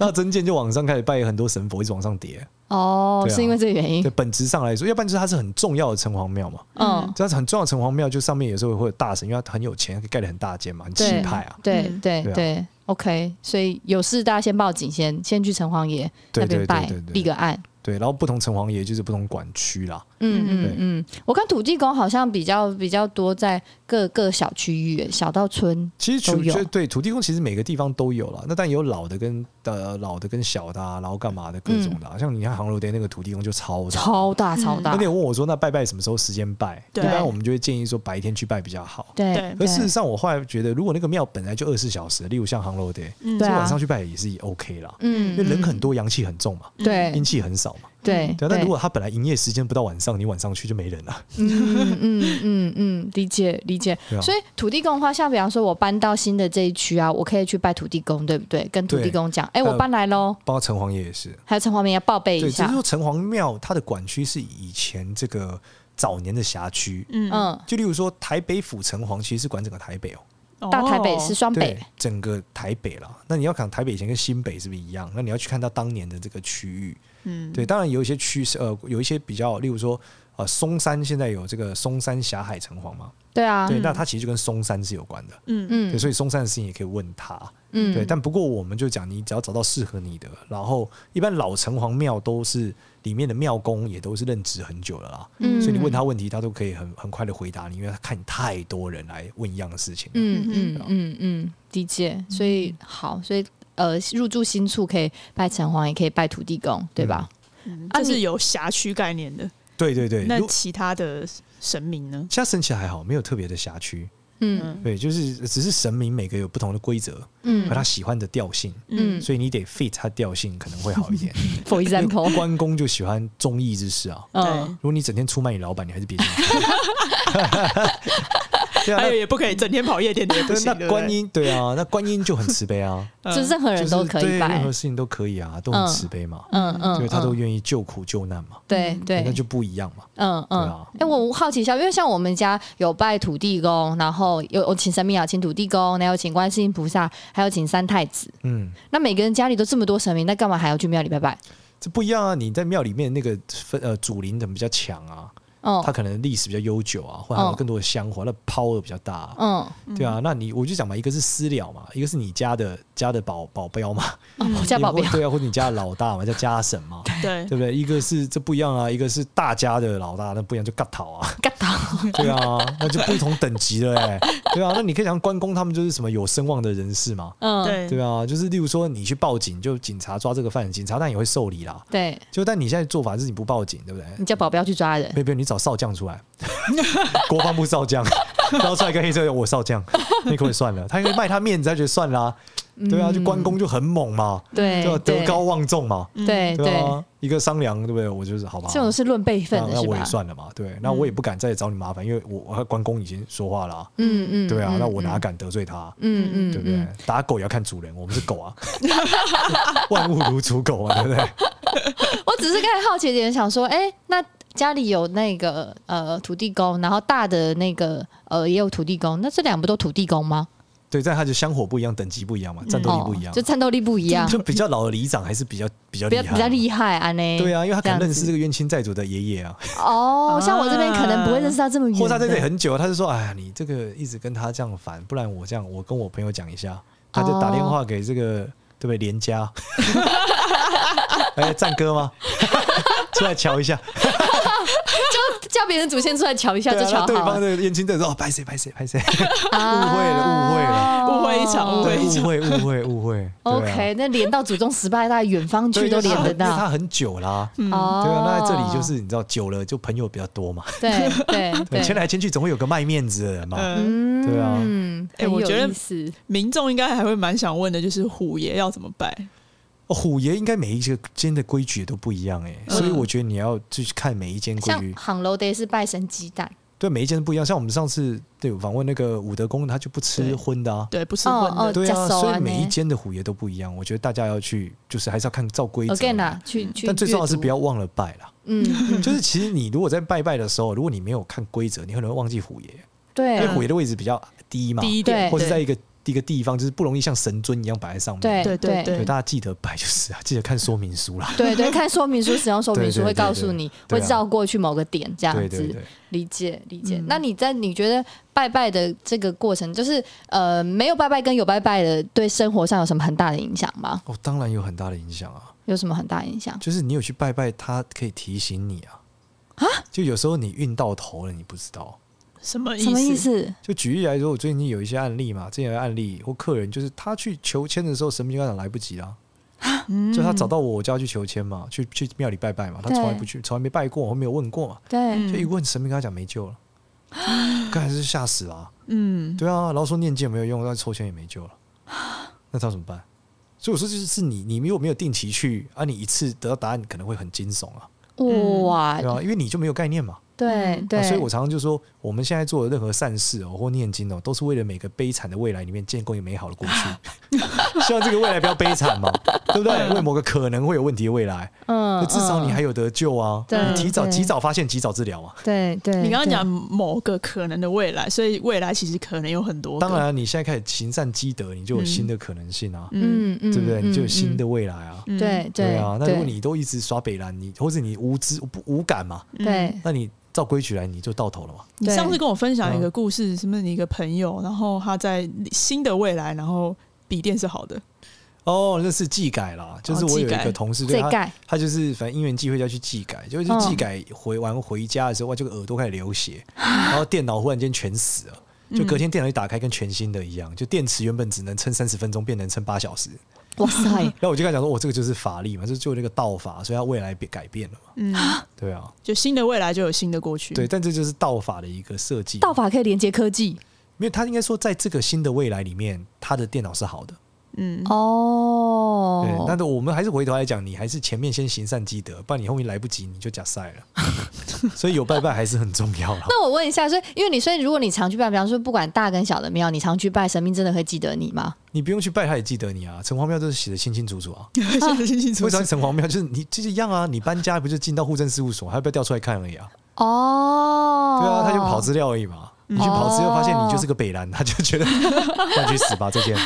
Speaker 3: 那真见就往上开始拜很多神佛，一直往上叠。
Speaker 2: 哦，
Speaker 3: 对啊
Speaker 2: 是因为这个原因
Speaker 3: 对，。啊本质上来说，要不然就是它是很重要的城隍庙嘛，
Speaker 2: 嗯，
Speaker 3: 这样很重要的城隍庙，就上面有时候会有大神，因为它很有钱，盖得很大间嘛，很气
Speaker 2: 对
Speaker 3: 派啊。
Speaker 2: 对
Speaker 1: 嗯
Speaker 2: 对
Speaker 3: 对啊
Speaker 2: 对，OK，所以有事大家先报警，先先去城隍爷
Speaker 3: 对
Speaker 2: 那边
Speaker 3: 对对
Speaker 2: 拜
Speaker 3: 对，对
Speaker 2: 立个案。
Speaker 3: 对，然后不同城隍爷就是不同管区啦。
Speaker 2: 嗯
Speaker 3: 对
Speaker 2: 嗯嗯，我看土地公好像比较比较多在各个小区域，小到村。
Speaker 3: 其实
Speaker 2: 都
Speaker 3: 土
Speaker 2: 有
Speaker 3: 就对土地公，其实每个地方都有啦。那但有老的跟呃老的跟小的、啊，然后干嘛的各种的啊、像你看杭州的那个土地公就超大。
Speaker 2: 嗯超大超
Speaker 3: 那
Speaker 2: 大
Speaker 3: 你，有问我说，那拜拜什么时候时间拜？一
Speaker 1: 对
Speaker 3: 般我们就会建议说白天去拜比较好。
Speaker 1: 对
Speaker 2: 对，
Speaker 3: 可
Speaker 2: 对
Speaker 3: 事实上，我后来觉得，如果那个庙本来就二十四小时，例如像杭州的，
Speaker 1: 嗯
Speaker 2: 对啊
Speaker 3: 晚上去拜也是 OK 啦，
Speaker 2: 嗯
Speaker 3: 因为人很，多，阳气很重嘛，
Speaker 2: 对
Speaker 3: 阴气很少嘛。
Speaker 2: 嗯对
Speaker 3: 对啊，但如果他本来营业时间不到晚上，你晚上去就没人了。
Speaker 2: 嗯嗯嗯嗯，理解理解。
Speaker 3: 对啊
Speaker 2: 所以土地公的话，像比方说我搬到新的这一区啊，我可以去拜土地公，对不对？跟土地公讲，哎，
Speaker 3: 还有
Speaker 2: 我搬来喽，
Speaker 3: 包括城隍爷也是，
Speaker 2: 还有城隍爷要报备一
Speaker 3: 对，只是
Speaker 2: 下。
Speaker 3: 说城隍庙它的管区是以前这个早年的辖区，
Speaker 1: 嗯嗯，
Speaker 2: 嗯，
Speaker 3: 就例如说台北府城隍其实是管整个台北哦，
Speaker 2: 大台北是
Speaker 1: 哦
Speaker 2: 双北
Speaker 3: 对，，整个台北啦。那你要看台北以前跟新北是不是一样？那你要去看它当年的这个区域，
Speaker 1: 嗯
Speaker 3: 对，当然有一些区是呃有一些比较，例如说呃松山现在有这个松山霞海城隍嘛，
Speaker 2: 对啊，
Speaker 3: 对，
Speaker 1: 嗯
Speaker 3: 那它其实就跟松山是有关的，
Speaker 1: 嗯
Speaker 2: 嗯
Speaker 3: 对，所以松山的事情也可以问他，
Speaker 2: 嗯
Speaker 3: 对，但不过我们就讲，你只要找到适合你的，然后一般老城隍庙都是里面的庙公也都是任职很久了啦，
Speaker 2: 嗯
Speaker 3: 所以你问他问题，他都可以很很快的回答你，因为他看太多人来问一样的事情。
Speaker 2: 嗯
Speaker 1: 嗯
Speaker 2: 嗯嗯嗯，理解。所以好，所以呃，入住新处可以拜城隍，也可以拜土地公，对吧？
Speaker 1: 嗯，
Speaker 2: 啊
Speaker 1: 这是
Speaker 2: 你
Speaker 1: 有辖区概念的。
Speaker 3: 对对对，
Speaker 1: 那
Speaker 3: 如
Speaker 1: 其他的神明呢？
Speaker 3: 其他神奇还好，没有特别的辖区。
Speaker 2: 嗯
Speaker 1: 嗯
Speaker 3: 对，就是只是神明每个有不同的规则
Speaker 2: 嗯
Speaker 3: 和他喜欢的调性，
Speaker 1: 嗯
Speaker 2: 嗯
Speaker 3: 所以你得 fit 他调性可能会好一点。
Speaker 2: ，for example，
Speaker 3: 关公就喜欢忠义之士啊，
Speaker 2: 嗯，
Speaker 3: 如果你整天出卖你老板，你还是别进来。 对啊，
Speaker 1: 还
Speaker 3: 那
Speaker 1: 有也不可以整天跑夜 店的，也不
Speaker 3: 对，
Speaker 1: 行。对
Speaker 3: 那
Speaker 1: 不对
Speaker 3: 观音对啊，那观音就很慈悲啊，
Speaker 1: 嗯
Speaker 2: 就是任何
Speaker 3: 就
Speaker 2: 人
Speaker 3: 是
Speaker 2: 都可
Speaker 3: 对
Speaker 2: 以
Speaker 3: 任
Speaker 2: 拜
Speaker 3: 何，事情都可以啊，都
Speaker 2: 嗯
Speaker 3: 很慈悲嘛，
Speaker 2: 嗯嗯，
Speaker 3: 因为他都嗯
Speaker 2: 嗯
Speaker 3: 愿意救苦救难嘛，
Speaker 2: 对对，
Speaker 3: 那就不一样嘛，
Speaker 2: 嗯
Speaker 3: 对
Speaker 2: 嗯。
Speaker 3: 啊，
Speaker 2: 哎、我好奇一下，因为像我们家有拜土地公，然后有有请神明啊，请土地公，然后请观世音菩萨，还有请三太子。
Speaker 3: 嗯，
Speaker 2: 那每个人家里都这么多神明，那干嘛还要去庙里拜拜？
Speaker 3: 这不一样啊，你在庙里面那个分呃主灵可能比较强啊，
Speaker 2: 哦
Speaker 3: 它，可能历史比较悠久啊，或者还有更多的香火，那 power 比较大啊。
Speaker 2: 嗯，
Speaker 3: 对啊，那你我就讲嘛，一个是私了嘛，一个是你家的家的保保镖嘛，
Speaker 2: 哦 家宝
Speaker 3: 你
Speaker 2: 贝
Speaker 3: 或，对啊，或者你家的老大嘛，叫家神 嘛，
Speaker 2: 嗯
Speaker 1: 对，
Speaker 3: 对不对？一个是这不一样啊，一个是大家的老大，那不一样就尬讨啊。
Speaker 2: 嘎到，
Speaker 3: 对啊，那就不同等级了哎、对啊，那你可以讲关公他们就是什么有声望的人士嘛。
Speaker 2: 嗯，
Speaker 1: 对
Speaker 3: 对啊，就是例如说你去报警，就警察抓这个犯人，警察当然也会受理啦。
Speaker 2: 对，
Speaker 3: 就但你现在做法是你不报警，对不对？
Speaker 2: 你叫保镖去抓人，
Speaker 3: 没有没有，你找少将出来， 国防部少将，然后出来一个黑色，我少将，那可不可以算了？他因为卖他面子，他觉得算啦、对啊，就关公就很猛嘛，
Speaker 2: 嗯对哎
Speaker 3: 对吧、德高，望重嘛，
Speaker 1: 嗯
Speaker 2: 对
Speaker 3: 对啊，一个商量，对不对？我就是好吧，
Speaker 2: 这种是论辈分
Speaker 3: 那
Speaker 2: 的
Speaker 3: 那
Speaker 2: 是
Speaker 3: 我
Speaker 2: 吧嗯
Speaker 3: 也？算了嘛，对，那我也不敢再找你麻烦，因为我我和关公已经说话了啊、
Speaker 2: 嗯嗯，
Speaker 3: 对啊，
Speaker 2: 嗯
Speaker 3: 那我哪？敢得罪他？
Speaker 2: 嗯嗯，
Speaker 3: 对不对
Speaker 2: 嗯？？
Speaker 3: 打狗也要看主人，我们是狗啊， 万物如刍狗啊，对不对？
Speaker 2: 我只是刚才好奇一点，想说，哎、那家里有那个呃土地公，然后大的那个呃也有土地公，那这两不都土地公吗？
Speaker 3: 对，但它就香火不一样，等级不一样嘛，战斗力不一样
Speaker 2: 哦就，战斗力不一样，
Speaker 3: 就比较老的里长还是比较比较
Speaker 2: 比
Speaker 3: 厉
Speaker 2: 较
Speaker 3: 害，
Speaker 2: 比较厉害啊呢。
Speaker 3: 对啊，因为他可能
Speaker 2: 这样
Speaker 3: 认识
Speaker 2: 子
Speaker 3: 这个冤亲债主的爷爷啊，
Speaker 2: 哦，像我这边可能不会认识到这么远的，
Speaker 3: 或者他在这里很久，他就说：“哎呀，你这个一直跟他这样烦，不然我这样，我跟我朋友讲一下。”他就打电话给这个、对不对？连 家，哎，战哥吗？出来瞧一下，
Speaker 2: 就叫别人祖先出来瞧一下
Speaker 3: 对
Speaker 2: 就
Speaker 3: 啊，
Speaker 2: 瞧
Speaker 3: 那
Speaker 2: 好
Speaker 3: 对方
Speaker 2: 了，
Speaker 3: 的冤亲债主说：“哦，拍谁拍谁 拍谁。
Speaker 2: 啊
Speaker 3: 误会了
Speaker 1: 误会了误会一
Speaker 2: 哦
Speaker 1: 场误会
Speaker 3: 对误会误会误会。对啊
Speaker 2: OK，那连到祖宗十八代，远方去
Speaker 3: 对，
Speaker 2: 都
Speaker 3: 因为
Speaker 2: 连
Speaker 3: 他
Speaker 2: 得
Speaker 3: 因为
Speaker 2: 到。
Speaker 3: 他很久啦。
Speaker 2: 哦，
Speaker 3: 对啊，那在这里就是你知道久了就朋友比较多嘛，
Speaker 2: 对对
Speaker 3: 对，
Speaker 2: 对，
Speaker 3: 牵来牵去总会有个卖面子的人嘛。
Speaker 1: 嗯，
Speaker 2: 嗯，
Speaker 3: 对啊
Speaker 2: 嗯，
Speaker 1: 哎我觉得
Speaker 2: 很有意思
Speaker 1: 民众应该还会蛮想问的，就是虎爷要怎么拜？
Speaker 3: 哦虎爷应该每一个间的规矩也都不一样哎、
Speaker 1: 嗯
Speaker 3: 所以我觉得你要去看每一间规
Speaker 2: 像
Speaker 3: 矩，
Speaker 2: 杭楼 day 是拜神鸡蛋，
Speaker 3: 对每一间不一样。像我们上次对访问那个武德公，他就不吃
Speaker 1: 对
Speaker 3: 荤的啊，
Speaker 1: 对，不吃
Speaker 2: 哦
Speaker 1: 荤
Speaker 2: 哦
Speaker 1: 的，
Speaker 3: 对啊，
Speaker 2: 吃素啊
Speaker 3: 所以每一
Speaker 2: 呢
Speaker 3: 间的虎爷都不一样。我觉得大家要去，就是还是要看照规
Speaker 2: again
Speaker 3: 则嘛。
Speaker 2: 啊，去去，
Speaker 3: 但最重要的是不，要忘了拜啦。
Speaker 2: 嗯，嗯
Speaker 3: 就是其实你如果在拜拜的时候，如果你没有看规则，你可能会忘记虎爷，
Speaker 2: 对
Speaker 3: 因为
Speaker 2: 啊
Speaker 3: 虎爷的位置比较低嘛，
Speaker 1: 低一点，
Speaker 2: 对
Speaker 3: 或是在一个一个地方，就是不容易像神尊一样摆在上面。
Speaker 2: 对
Speaker 1: 对对
Speaker 2: 对
Speaker 1: 对
Speaker 3: 对，大家记得拜就是啊，记 得看说明书啦。
Speaker 2: 对对，看说明书，使用说明
Speaker 3: 对
Speaker 2: 书
Speaker 3: 对
Speaker 2: 会
Speaker 3: 对
Speaker 2: 告
Speaker 3: 对
Speaker 2: 诉你，
Speaker 3: 对
Speaker 2: 会
Speaker 3: 啊
Speaker 2: 绕过去某个点这
Speaker 3: 对
Speaker 2: 样
Speaker 3: 对
Speaker 2: 子
Speaker 3: 对，，
Speaker 2: 理解理解
Speaker 1: 嗯。
Speaker 2: 那你在你觉得拜拜的这个过程，就是呃没有拜拜跟有拜拜的，对生活上有什么很大的影响吗？
Speaker 3: 哦，当然有很大的影响啊，
Speaker 2: 有什么很大的影响？
Speaker 3: 就是你有去拜拜，它可以提醒你啊。啊，就有时候你运到头了，你不知道。
Speaker 1: 什么意
Speaker 2: 什么意？思？
Speaker 3: 就举例来说，我最近有一些案例嘛，之前的案例或客人，就是他去求签的时候，神明跟他讲来不及啦、
Speaker 1: 嗯
Speaker 3: 就他找到我，我就要去求签嘛，去去庙里拜拜嘛，他从来不去，从来没拜过，我没有问过嘛，
Speaker 2: 对，
Speaker 1: 嗯
Speaker 3: 就一问神明跟他讲没救了，刚才是吓死了、啊，
Speaker 1: 嗯，
Speaker 3: 对啊，然后说念经也没有用，但抽签也没救了，那他怎么办？所以我说就是你你如果没有定期去啊，你一次得到答案可能会很惊悚啊，
Speaker 2: 哇
Speaker 3: 对，啊，因为你就没有概念嘛，
Speaker 2: 对
Speaker 1: 嗯
Speaker 2: 对，
Speaker 3: 啊所以我常常就说，我们现在做的任何善事哦，或念经哦，都是为了每个悲惨的未来里面建构一个美好的过去， 希望这个未来不要悲惨嘛，对不对？为某个可能会有问题的未来，
Speaker 2: 嗯
Speaker 3: 就至少你还
Speaker 2: 有
Speaker 3: 有得救啊！
Speaker 2: 对
Speaker 3: 你提早
Speaker 2: 对
Speaker 3: 及早发现，及早治疗啊嘛。
Speaker 2: 对对，
Speaker 1: 你刚刚
Speaker 2: 对
Speaker 1: 讲某个可能的未来，所以未来其实可能有很多。
Speaker 3: 当，然，你现在开始行善积德，你就有新的可能性啊，
Speaker 1: 嗯，
Speaker 2: 嗯嗯，
Speaker 3: 对不对？你就有
Speaker 2: 嗯
Speaker 3: 新的
Speaker 2: 嗯
Speaker 3: 未来啊。
Speaker 1: 嗯
Speaker 2: 对
Speaker 3: 对啊，那如果
Speaker 2: 对
Speaker 3: 你都一直耍北兰，你或者你无知不无感嘛，
Speaker 1: 嗯
Speaker 2: 对
Speaker 3: 那你照规矩来，你就到头了嘛。
Speaker 1: 你上次跟我分享一
Speaker 3: 对
Speaker 1: 个故事，什么你一个朋友，然后他在新的未来，然后笔电是好的，
Speaker 3: 哦，那是技改啦，就是我有一
Speaker 1: 技改
Speaker 3: 个同事，对啊
Speaker 2: 这
Speaker 3: 他
Speaker 2: 盖
Speaker 3: 他就是反正因缘际会要去技改，就是
Speaker 2: 嗯
Speaker 3: 去技改回完回家的时候，哇，这个耳朵开始流血， 然后电脑忽然间全死了，就
Speaker 2: 嗯
Speaker 3: 隔天电脑一打开跟全新的一样，就电池原本只能撑三十分钟，变成撑八小时。
Speaker 2: 哇塞，
Speaker 3: 然后我就跟他讲说，哦我、这个就是法力嘛，就是就那个道法，所以它未来变改变了嘛。
Speaker 1: 嗯，
Speaker 3: 对啊，
Speaker 1: 就新的未来就有新的过去。
Speaker 3: 对，，但这就是道法的一个设计。
Speaker 2: 嗯道法可以连接科技
Speaker 3: 因为他应该说，在这个新的未来里面，他的电脑是好的。
Speaker 1: 嗯，
Speaker 2: 哦
Speaker 3: 对，，但是我们还是回头来讲，你还是前面先行善积德，不然你后面来不及，你就假赛了。 所以有拜拜还是很重要啦。
Speaker 2: 那我问一下，所以因为你，所以如果你常去拜，比方说不管大跟小的庙，你常去拜，神明真的会记得你吗？
Speaker 3: 你不用去拜，他也记得你啊。城隍庙都是写的清清楚楚啊。
Speaker 1: 清清楚
Speaker 3: 为
Speaker 1: 楚
Speaker 3: 啥。城隍庙就是你就是一样啊？你搬家不就进到户政事务所，还要不要调出来看而已啊？
Speaker 2: 哦，
Speaker 3: 对啊，他就跑资料而已嘛。
Speaker 2: 嗯
Speaker 3: 你去跑资料，发现你就是个北兰， 他就觉得那去死吧，再 见。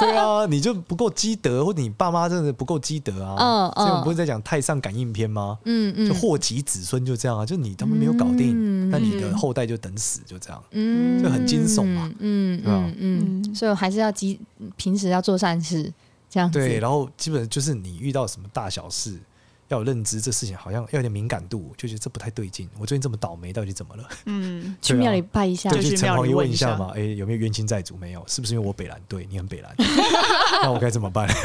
Speaker 3: 对啊，你就不够积德，或者你爸妈真的不够积德啊。
Speaker 2: 嗯嗯
Speaker 3: 所以我们不是在讲太上感应篇吗？
Speaker 2: 嗯，嗯
Speaker 3: 就祸及子孙就这样啊，就你他们没有搞
Speaker 2: 嗯
Speaker 3: 定，那你的后代就等死，就这样。
Speaker 2: 嗯
Speaker 3: 就很惊悚嘛，
Speaker 2: 嗯
Speaker 3: 对啊吧
Speaker 2: 嗯嗯嗯，
Speaker 1: 嗯
Speaker 2: 所以我还是要积，平时要做善事，这样子。
Speaker 3: 对，啊然后基本就是你遇到什么大小事，要有认知，这事情好像要有点敏感度，就觉得这不太对劲。我最近这么倒霉，到底怎么了？
Speaker 1: 嗯，
Speaker 2: 去庙里拜一下，
Speaker 3: 对，
Speaker 1: 就
Speaker 3: 去
Speaker 1: 去
Speaker 3: 城
Speaker 1: 庙
Speaker 3: 隍
Speaker 1: 里
Speaker 3: 爷
Speaker 1: 问
Speaker 3: 问一
Speaker 1: 一
Speaker 3: 下
Speaker 1: 下
Speaker 3: 嘛，哎，有没有冤亲债主？没有，是不是因为我北兰？对你很北兰， 那我该怎么办？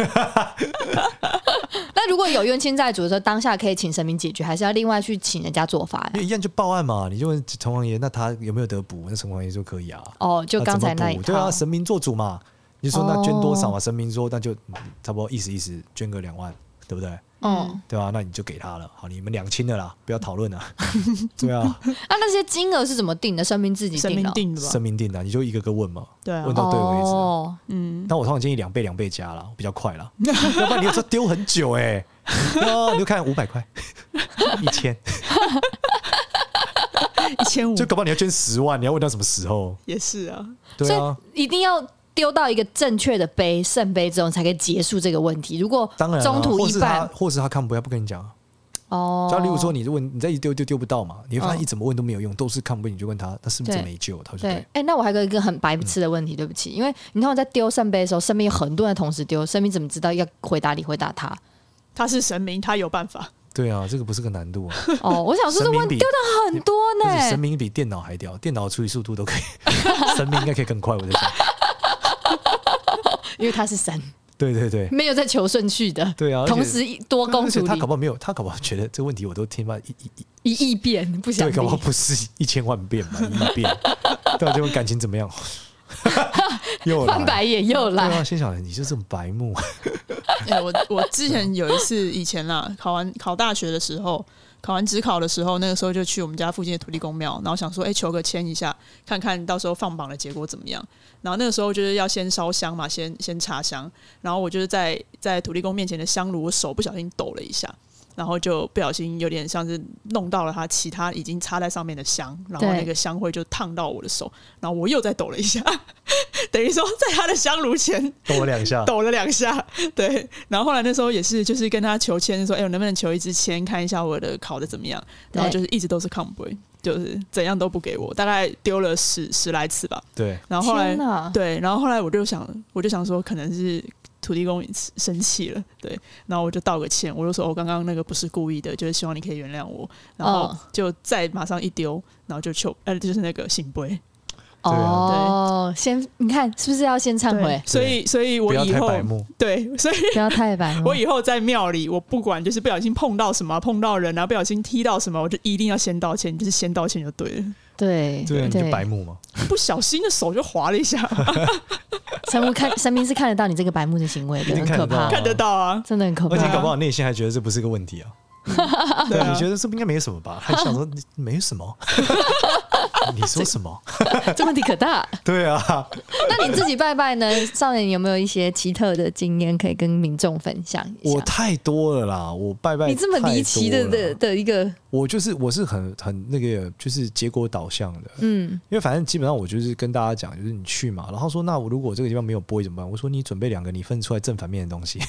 Speaker 2: 那如果有冤亲债主的时候，当下可以请神明解决，还是要另外去请人家做法
Speaker 3: 因
Speaker 2: 呀？
Speaker 3: 为一样就报案嘛，你就问城隍爷，那他有没有得补？那城隍爷说可以啊，
Speaker 2: 哦，就
Speaker 3: 那
Speaker 2: 刚才
Speaker 3: 怎么
Speaker 2: 那一
Speaker 3: 补对啊，
Speaker 2: 套。
Speaker 3: 神明做主嘛。你说那捐多少嘛？神明说那就嗯差不多意思意思，捐个两万，对不对？
Speaker 2: 嗯，
Speaker 3: 对啊，那你就给他了。好，你们两清了啦，不要讨论了。 对啊，
Speaker 2: 那那些金额是怎么定的？神明自己
Speaker 1: 神
Speaker 2: 定
Speaker 1: 明
Speaker 2: 的哦。
Speaker 1: 定的吧
Speaker 3: 神？明定的，你就一个个问嘛。
Speaker 1: 对啊
Speaker 3: 问，到对为止
Speaker 2: 哦，
Speaker 1: 嗯，
Speaker 3: 那我通常建议两倍两倍加啦，比较快啦。 要不然你有时候丢很久哎、哦，你就看五百块，一千，
Speaker 1: 一千五
Speaker 3: 就搞不好你要捐十万，你要问到什么时候？
Speaker 1: 也是啊，
Speaker 3: 对
Speaker 2: 所
Speaker 3: 啊，
Speaker 2: 以一定要丢到一个正确的杯圣杯之后，才可以结束这个问题。如果
Speaker 3: 当然啊、
Speaker 2: 中途
Speaker 3: 或
Speaker 2: 一
Speaker 3: 是他
Speaker 2: 半，
Speaker 3: 或是他看不要不跟你讲啊。
Speaker 2: 哦，
Speaker 3: 就例如说，你问你再一丢丢丢不到嘛，你会发现
Speaker 2: 嗯
Speaker 3: 一怎么问都没有用，都是看不见，你就问他，他是不是
Speaker 2: 对
Speaker 3: 没救？他就
Speaker 2: 对，
Speaker 3: 对
Speaker 2: 哎、那我还有一个很白痴的问题，对不
Speaker 3: 嗯
Speaker 2: 起，因为你通常在丢圣杯的时候，身边有很多人同时丢，身边怎么知道要回答你回 答他？
Speaker 1: 他是神明，他有办法。
Speaker 3: 对啊，这个不是个难度啊，
Speaker 2: 哦，我想说这
Speaker 3: 神明
Speaker 2: 问
Speaker 3: 比
Speaker 2: 丢欸的很多
Speaker 3: 而且神
Speaker 2: 呢，
Speaker 3: 明比电脑还屌，电脑处理速度都可以，神明应该可以 更快，我在想。
Speaker 2: 因为他是神，
Speaker 3: 对对对，
Speaker 2: 没有在求顺序的，
Speaker 3: 对啊而且
Speaker 2: 同时一多
Speaker 3: 对啊
Speaker 2: 攻
Speaker 3: 而且
Speaker 2: 处
Speaker 3: 他搞
Speaker 2: 理
Speaker 3: 不好没有，他搞不好觉得这个问题我都听吧一一一
Speaker 2: 一亿遍，不想
Speaker 3: 对，
Speaker 2: 理
Speaker 3: 搞不好不是一千万遍嘛，一 遍。对啊，这种感情怎么样？ 又来
Speaker 2: 翻白眼又
Speaker 3: 对
Speaker 2: 来，
Speaker 3: 啊啊，心想你就这种白目，
Speaker 1: 哎，我我之前有一次以前啦，考完考大学的时候，考完职考的时候，那个时候就去我们家附近的土地公庙，然后想说，哎、求个签一下，看看到时候放榜的结果怎么样。然后那个时候就是要先烧香嘛，先先插香，然后我就是在在土地公面前的香炉，我手不小心抖了一下。然后就不小心有点像是弄到了它其他已经插在上面的香，然后
Speaker 2: 对
Speaker 1: 那个香灰就烫到我的手，然后我又再抖了一下， 等于说在他的香炉前
Speaker 3: 抖了两下，
Speaker 1: 抖了两下， 对。然后后来那时候也是，就是跟他求签，说：“哎、我能不能求一支签，看一下我的考的怎么样？”然后
Speaker 2: 对
Speaker 1: 就是一直都是抗杯，就是怎样都不给我，大概丢了十十来次吧。
Speaker 3: 对，
Speaker 1: 然后后来
Speaker 2: 天哪
Speaker 1: 对，然后后来我就想，我就想说，可能是土地公生气了，对。然后我就道个歉，我就说：“哦我、刚刚那个不是故意的，就是希望你可以原谅我。”然后
Speaker 2: 哦
Speaker 1: 就再马上一丢，然后就求，呃，就是那个醒杯。
Speaker 3: 对啊
Speaker 2: 哦，先你看是不是要先忏悔
Speaker 1: 对？所以，所以我
Speaker 3: 不要
Speaker 1: 以
Speaker 3: 太
Speaker 1: 后
Speaker 3: 白目。
Speaker 1: 对，所以
Speaker 2: 不要太白 目
Speaker 1: 我。以后在庙里，我不管就是不小心碰到什么，碰到人啊，不小心踢到什么，我就一定要先道歉，就是先道歉就对了。
Speaker 2: 对
Speaker 3: 对啊，你就白
Speaker 2: 目。
Speaker 3: 目嘛。
Speaker 1: 不小心的手就划了一下，
Speaker 3: 哦
Speaker 2: 神明看神明是看得到你这个白目的行为
Speaker 3: 一
Speaker 2: 的，
Speaker 3: 定
Speaker 2: 很
Speaker 3: 看得
Speaker 2: 可
Speaker 3: 到
Speaker 2: 怕，
Speaker 3: 啊
Speaker 1: 看得到啊，
Speaker 2: 真的很可
Speaker 3: 而且
Speaker 2: 怕。
Speaker 3: 搞不好内心还觉得这不是个问题啊。
Speaker 1: 对
Speaker 3: 对
Speaker 1: 啊
Speaker 3: 啊，你觉得这不应该没什么吧？还想说
Speaker 2: 啊
Speaker 3: 你没什 么，你说什么？
Speaker 2: 这问题可大。
Speaker 3: 对啊，
Speaker 2: 那你自己拜拜呢？少年有没有一些奇特的经验可以跟民众分享一
Speaker 3: 我
Speaker 2: 下？
Speaker 3: 太多了啦，我拜拜。
Speaker 2: 你这么离奇的的，的一个，
Speaker 3: 我就是我是很很那个，就是结果导向的。
Speaker 2: 嗯，
Speaker 3: 因为反正基本上我就是跟大家讲，就是你去嘛，然后说那我如果这个地方没有玻璃怎么办？我说你准备两个你分出来正反面的东 西。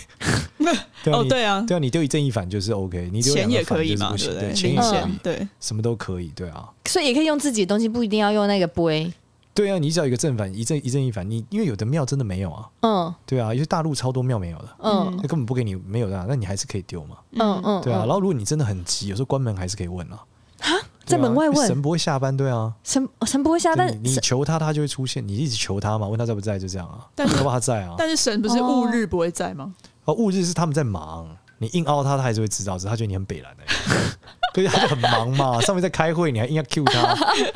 Speaker 3: 对啊
Speaker 1: 哦，
Speaker 3: 你
Speaker 1: 对啊，
Speaker 3: 对啊，你丢一正一反就是 OK，你丢
Speaker 1: 钱
Speaker 3: 两个
Speaker 1: 也
Speaker 3: 反
Speaker 1: 可以
Speaker 3: 就是
Speaker 1: 嘛，
Speaker 3: 不
Speaker 1: 对
Speaker 3: 行
Speaker 1: 不对？
Speaker 3: 对，钱也
Speaker 1: 零
Speaker 3: 可
Speaker 1: 钱
Speaker 3: 以，啊
Speaker 1: 对
Speaker 3: 什么都可以，对啊。
Speaker 2: 所以也可以用自己的东西，不一定要用那个杯。
Speaker 3: 对啊，你只要有一个正反，一正一正一反，你因为有的庙真的没有啊，
Speaker 2: 嗯
Speaker 3: 对啊，有些大陆超多庙没有的，
Speaker 2: 嗯
Speaker 3: 那根本不给你没有的啊，那你还是可以丢嘛，
Speaker 2: 嗯嗯，
Speaker 3: 对啊。然
Speaker 2: 后
Speaker 3: 后如果你真的很急，有时候关门还是可以问啊，对
Speaker 2: 在
Speaker 3: 啊
Speaker 2: 门外
Speaker 3: 因为
Speaker 2: 问
Speaker 3: 神不会下班，对啊，
Speaker 2: 神神不会下，但
Speaker 3: 就你你
Speaker 2: 神
Speaker 3: 求他，他就会出现，你一直求他嘛，问他在不在，就这样啊，
Speaker 1: 但是
Speaker 3: 要不他在啊，
Speaker 1: 但是神不是
Speaker 2: 哦
Speaker 1: 戊日不会在吗？
Speaker 3: 哦，误日是他们在忙，你硬凹他，他还是会知道，只是他觉得你很北蓝的、 可是他就很忙嘛，上面在开会，你还硬要 Q 他，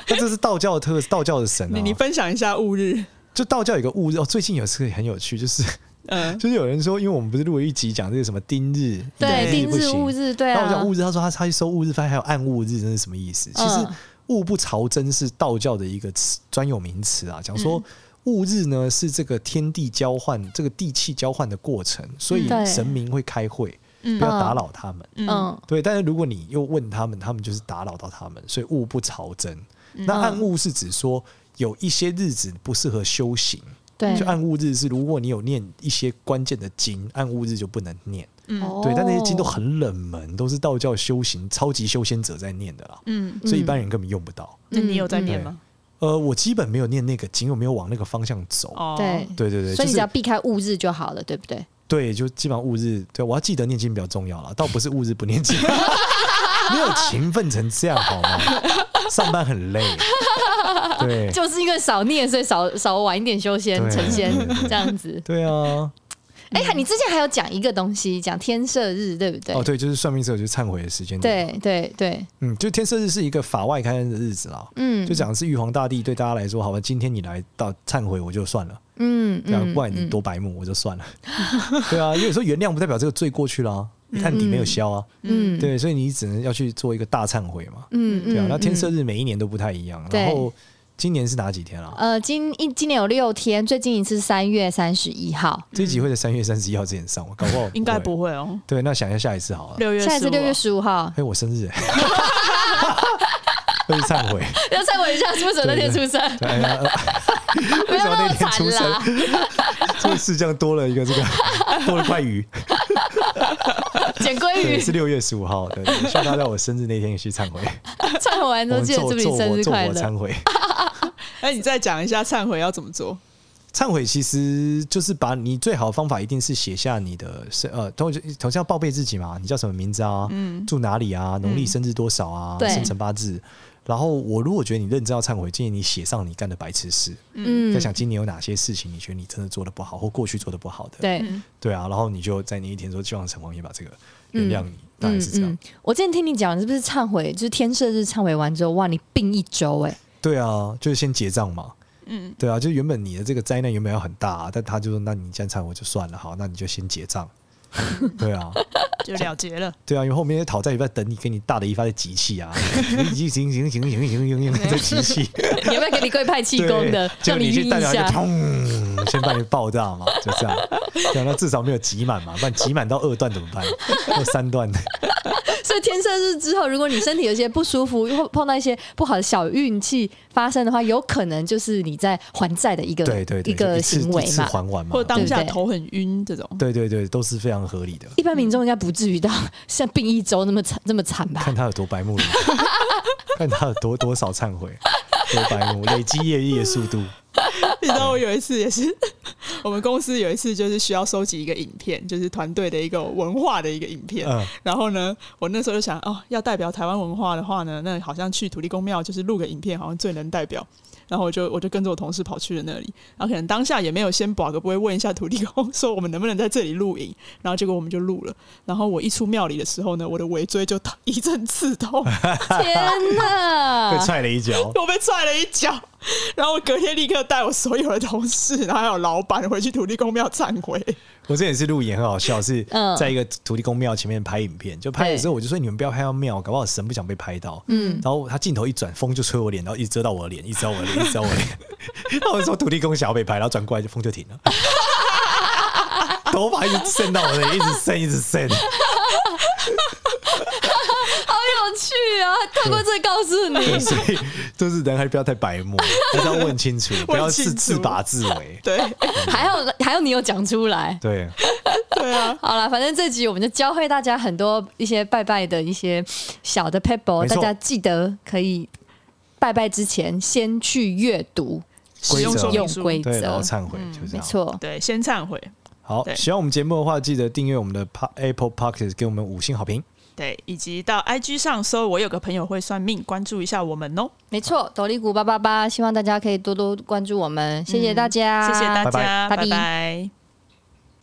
Speaker 3: 那这是道教的特，道教的神啊。
Speaker 1: 你你分享一下戊日，
Speaker 3: 就道教有个误日哦，最近有一次很有趣，就是，
Speaker 1: 嗯
Speaker 3: 就是有人说，因为我们不是录了一集讲这个什么丁日，
Speaker 2: 对
Speaker 3: 一
Speaker 2: 定
Speaker 3: 不
Speaker 2: 制
Speaker 3: 行
Speaker 2: 物日，对
Speaker 3: 然后
Speaker 2: 啊
Speaker 3: 我，讲戊日，他说他他去收戊日，发现还有暗戊日，那是什么意思？其实
Speaker 2: 嗯
Speaker 3: 戊不朝真是道教的一个词专有名词啊，讲说戊日呢是这个天地交换、这个地气交换的过程，所以
Speaker 2: 嗯对
Speaker 3: 神明会开会，
Speaker 1: 嗯
Speaker 3: 不要打扰他们。
Speaker 1: 嗯
Speaker 2: 嗯
Speaker 3: 对，但是如果你又问他们，他们就是打扰到他们，所以戊不朝真。那
Speaker 2: 嗯
Speaker 3: 暗戊是指说有一些日子不适合修行，
Speaker 2: 对
Speaker 3: 就，暗戊日是如果你有念一些关键的经，暗戊日就不能念。
Speaker 1: 嗯
Speaker 2: 哦
Speaker 3: 对，但那些经都很冷门，都是道教修行超级修仙者在念的啦，
Speaker 1: 嗯，
Speaker 3: 所以一般人根本用不到。
Speaker 1: 那你有在
Speaker 2: 嗯
Speaker 1: 念吗？
Speaker 3: 呃，我基本没有念那个经，我没有往那个方向走。
Speaker 1: 哦，
Speaker 2: 对，
Speaker 3: 对对对，就
Speaker 2: 所以你只
Speaker 3: 是
Speaker 2: 要避开物日就好了，对不对？
Speaker 3: 对，就基本上戊日，对我要记得念经比较重要啦，倒不是戊日不念经， 没有勤奋成这样好吗？上班很累，对
Speaker 2: 就是因为少念，所以少少晚一点修仙
Speaker 3: 对
Speaker 2: 成仙
Speaker 3: 对对对
Speaker 2: 这样子。
Speaker 3: 对啊，
Speaker 2: 哎、你之前还有讲一个东西，讲天赦日，对不对？
Speaker 3: 哦对，就是算命时候就是忏悔的时间点，
Speaker 2: 对对对，
Speaker 3: 嗯，就天赦日是一个法外开恩的日子啦，
Speaker 2: 嗯，
Speaker 3: 就讲的是玉皇大帝对大家来说，好吧，今天你来到忏悔我就算了。
Speaker 2: 嗯，
Speaker 3: 对啊，
Speaker 2: 嗯
Speaker 3: 不然你多白目我就算了。 对啊，因为有时候原谅不代表这个罪过去了、啊，你案底没有消啊。
Speaker 2: 嗯，
Speaker 3: 对，所以你只能要去做一个大忏悔嘛。
Speaker 2: 嗯，嗯
Speaker 3: 对啊，那天赦
Speaker 2: 嗯
Speaker 3: 日每一年都不太一样。啊
Speaker 2: 对
Speaker 3: 然后今年是哪几天啊？
Speaker 2: 呃，今一今年有六天，最近一次是三月三十一号，
Speaker 3: 这一集会在三月三十一号之前上，我搞
Speaker 2: 嗯
Speaker 3: 不好
Speaker 1: 应该不。会哦。
Speaker 3: 对，那想一下下一次好了。。
Speaker 1: 六月哦
Speaker 2: 下一次
Speaker 1: 15
Speaker 2: 六月
Speaker 1: 号
Speaker 2: 十五号
Speaker 3: 哎，我生日、欸，会去忏 悔。
Speaker 2: 要再问一下，是不是那天出生？
Speaker 3: 对哎呀，
Speaker 2: 不要
Speaker 3: 什么
Speaker 2: 那
Speaker 3: 那
Speaker 2: 么
Speaker 3: 天出
Speaker 2: 惨
Speaker 3: 生
Speaker 2: 啦！
Speaker 3: 这个世上多了一个 这个多了块鱼，
Speaker 2: 捡鲑
Speaker 3: 对，
Speaker 2: 鱼，
Speaker 3: 是六月十五号。对，对希望大家我生日那天也去忏悔。
Speaker 2: 忏悔完
Speaker 3: 我
Speaker 2: 之后
Speaker 3: 们
Speaker 2: 记得祝
Speaker 3: 做做
Speaker 2: 你生
Speaker 3: 我
Speaker 2: 日
Speaker 3: 做
Speaker 2: 快
Speaker 3: 我
Speaker 2: 乐。
Speaker 3: 忏悔。
Speaker 1: 哎，你再讲一下忏悔要怎么做？
Speaker 3: 忏悔其实就是把你最好的方法，一定是写下你的生呃，头头先要报备自己嘛，你叫什么名字啊，住哪里啊，农历生日多少啊，
Speaker 2: 嗯对
Speaker 3: 生辰八字。然后我如果觉得你认真要忏悔，建议你写上你干的白痴事，
Speaker 2: 嗯
Speaker 3: 在想今年有哪些事情你觉得你真的做的不好，或过去做的不好的，
Speaker 2: 对，
Speaker 3: 对啊，然后你就在那一天说，希望城隍爷把这个
Speaker 2: 嗯
Speaker 3: 原谅你，大概是这样。
Speaker 2: 嗯。我之前听你讲，是不是忏悔？就是天赦日忏悔完之后，哇，你病一周哎、
Speaker 3: 对啊，就是先结账嘛。嗯，对啊，啊就原本你的这个灾难原本要很大、但他就说，那你这样忏悔就算了，好，那你就先结账。对啊，
Speaker 1: 就了结 了。
Speaker 3: 对啊，因为后面讨债一半等你给你大的一发在集气啊，行行行行行行行行在集气，
Speaker 2: 有没有给你跪派气功的，
Speaker 3: 就
Speaker 2: 让
Speaker 3: 你
Speaker 2: 晕
Speaker 3: 去
Speaker 2: 一
Speaker 3: 代表就
Speaker 2: 下？
Speaker 3: 砰，先把你爆炸嘛，就这样，对啊，那至少没有挤满嘛，不然挤满到二段怎么办？或三段呢？
Speaker 2: 所以天赦日之后，如果你身体有一些不舒服，或碰到一些不好的小运气发生的话，有可能就是你在还债的一个
Speaker 3: 对对对，
Speaker 2: 一
Speaker 3: 就
Speaker 2: 个
Speaker 3: 次
Speaker 2: 行为
Speaker 3: 一次
Speaker 2: 嘛。
Speaker 3: 还完嘛，
Speaker 1: 或者当下
Speaker 2: 对不对
Speaker 1: 头很晕这种，
Speaker 3: 对对对，都是非常合理的。
Speaker 2: 一般民众应该不至于到 像病一周那么惨那么惨吧？
Speaker 3: 看他有多白目了，看他有多多少忏悔，多白目，累积业力的速度。
Speaker 1: 你知道我有一次也是， 我们公司有一次就是需要收集一个影片，就是团队的一个文化的一个影片。
Speaker 3: 嗯
Speaker 1: 然后呢，我那时候就想，哦，要代表台湾文化的话呢，那好像去土地公庙就是录个影片，好像最能代表。然后我就我就跟着我同事跑去了那里，然后可能当下也没有先保个不会问一下土地公 说我们能不能在这里录影，然后结果我们就录了。然后我一出庙里的时候呢，我的尾椎就疼一阵刺痛，
Speaker 2: 天
Speaker 3: 被
Speaker 2: 哪！
Speaker 3: 踹了一脚，
Speaker 1: 我被踹了一脚，然后我隔天立刻带我所有的同事，然后还有老板回去土地公庙忏悔。
Speaker 3: 我之前也是录影，很好笑，是
Speaker 2: 嗯
Speaker 3: 在一个土地公庙前面拍影片，就拍的时候我就说你们不要拍到庙，搞不好神不想被拍到。嗯，然后他镜头一转，风就吹我脸，然后一直遮到我的脸，一直遮到我的脸，一直遮到我的脸。然后我说土地公想要被拍，然后转过来就风就停了，头发一直伸到我的脸，一直伸，一直伸。
Speaker 2: 好有趣啊！透过这告诉
Speaker 3: 对，
Speaker 2: 你，
Speaker 3: 所以就是人还是不要太白目，还是要问清楚，不要
Speaker 1: 清
Speaker 3: 自自
Speaker 1: 楚
Speaker 3: 把自为。
Speaker 1: 对
Speaker 2: 还好还好你有讲出来。
Speaker 3: 对，
Speaker 1: 对 啊，
Speaker 2: 好了，反正这集我们就教会大家很多一些拜拜的一些小的 pebble，
Speaker 3: 没错
Speaker 2: 大家记得可以拜拜之前先去阅读
Speaker 1: 使用说明
Speaker 2: 用
Speaker 1: 书，
Speaker 2: 规
Speaker 3: 对，然
Speaker 2: 则
Speaker 3: 后，忏悔就这
Speaker 2: 没
Speaker 3: 样。
Speaker 2: 错。
Speaker 1: 对，先忏悔，
Speaker 3: 好，
Speaker 1: 对
Speaker 3: 喜欢我们节目的话，记得订阅我们的 Pa- Apple Podcast，给我们五星好评。
Speaker 1: 对，以及到 IG 上搜“我有个朋友会算命”，关注一下我们哦。
Speaker 2: 没错，斗笠嗯谷八八八，希望大家可以多多关注我们，谢谢大家，
Speaker 1: 谢谢大
Speaker 3: 拜拜
Speaker 1: 家，
Speaker 2: 啊拜拜
Speaker 1: 拜拜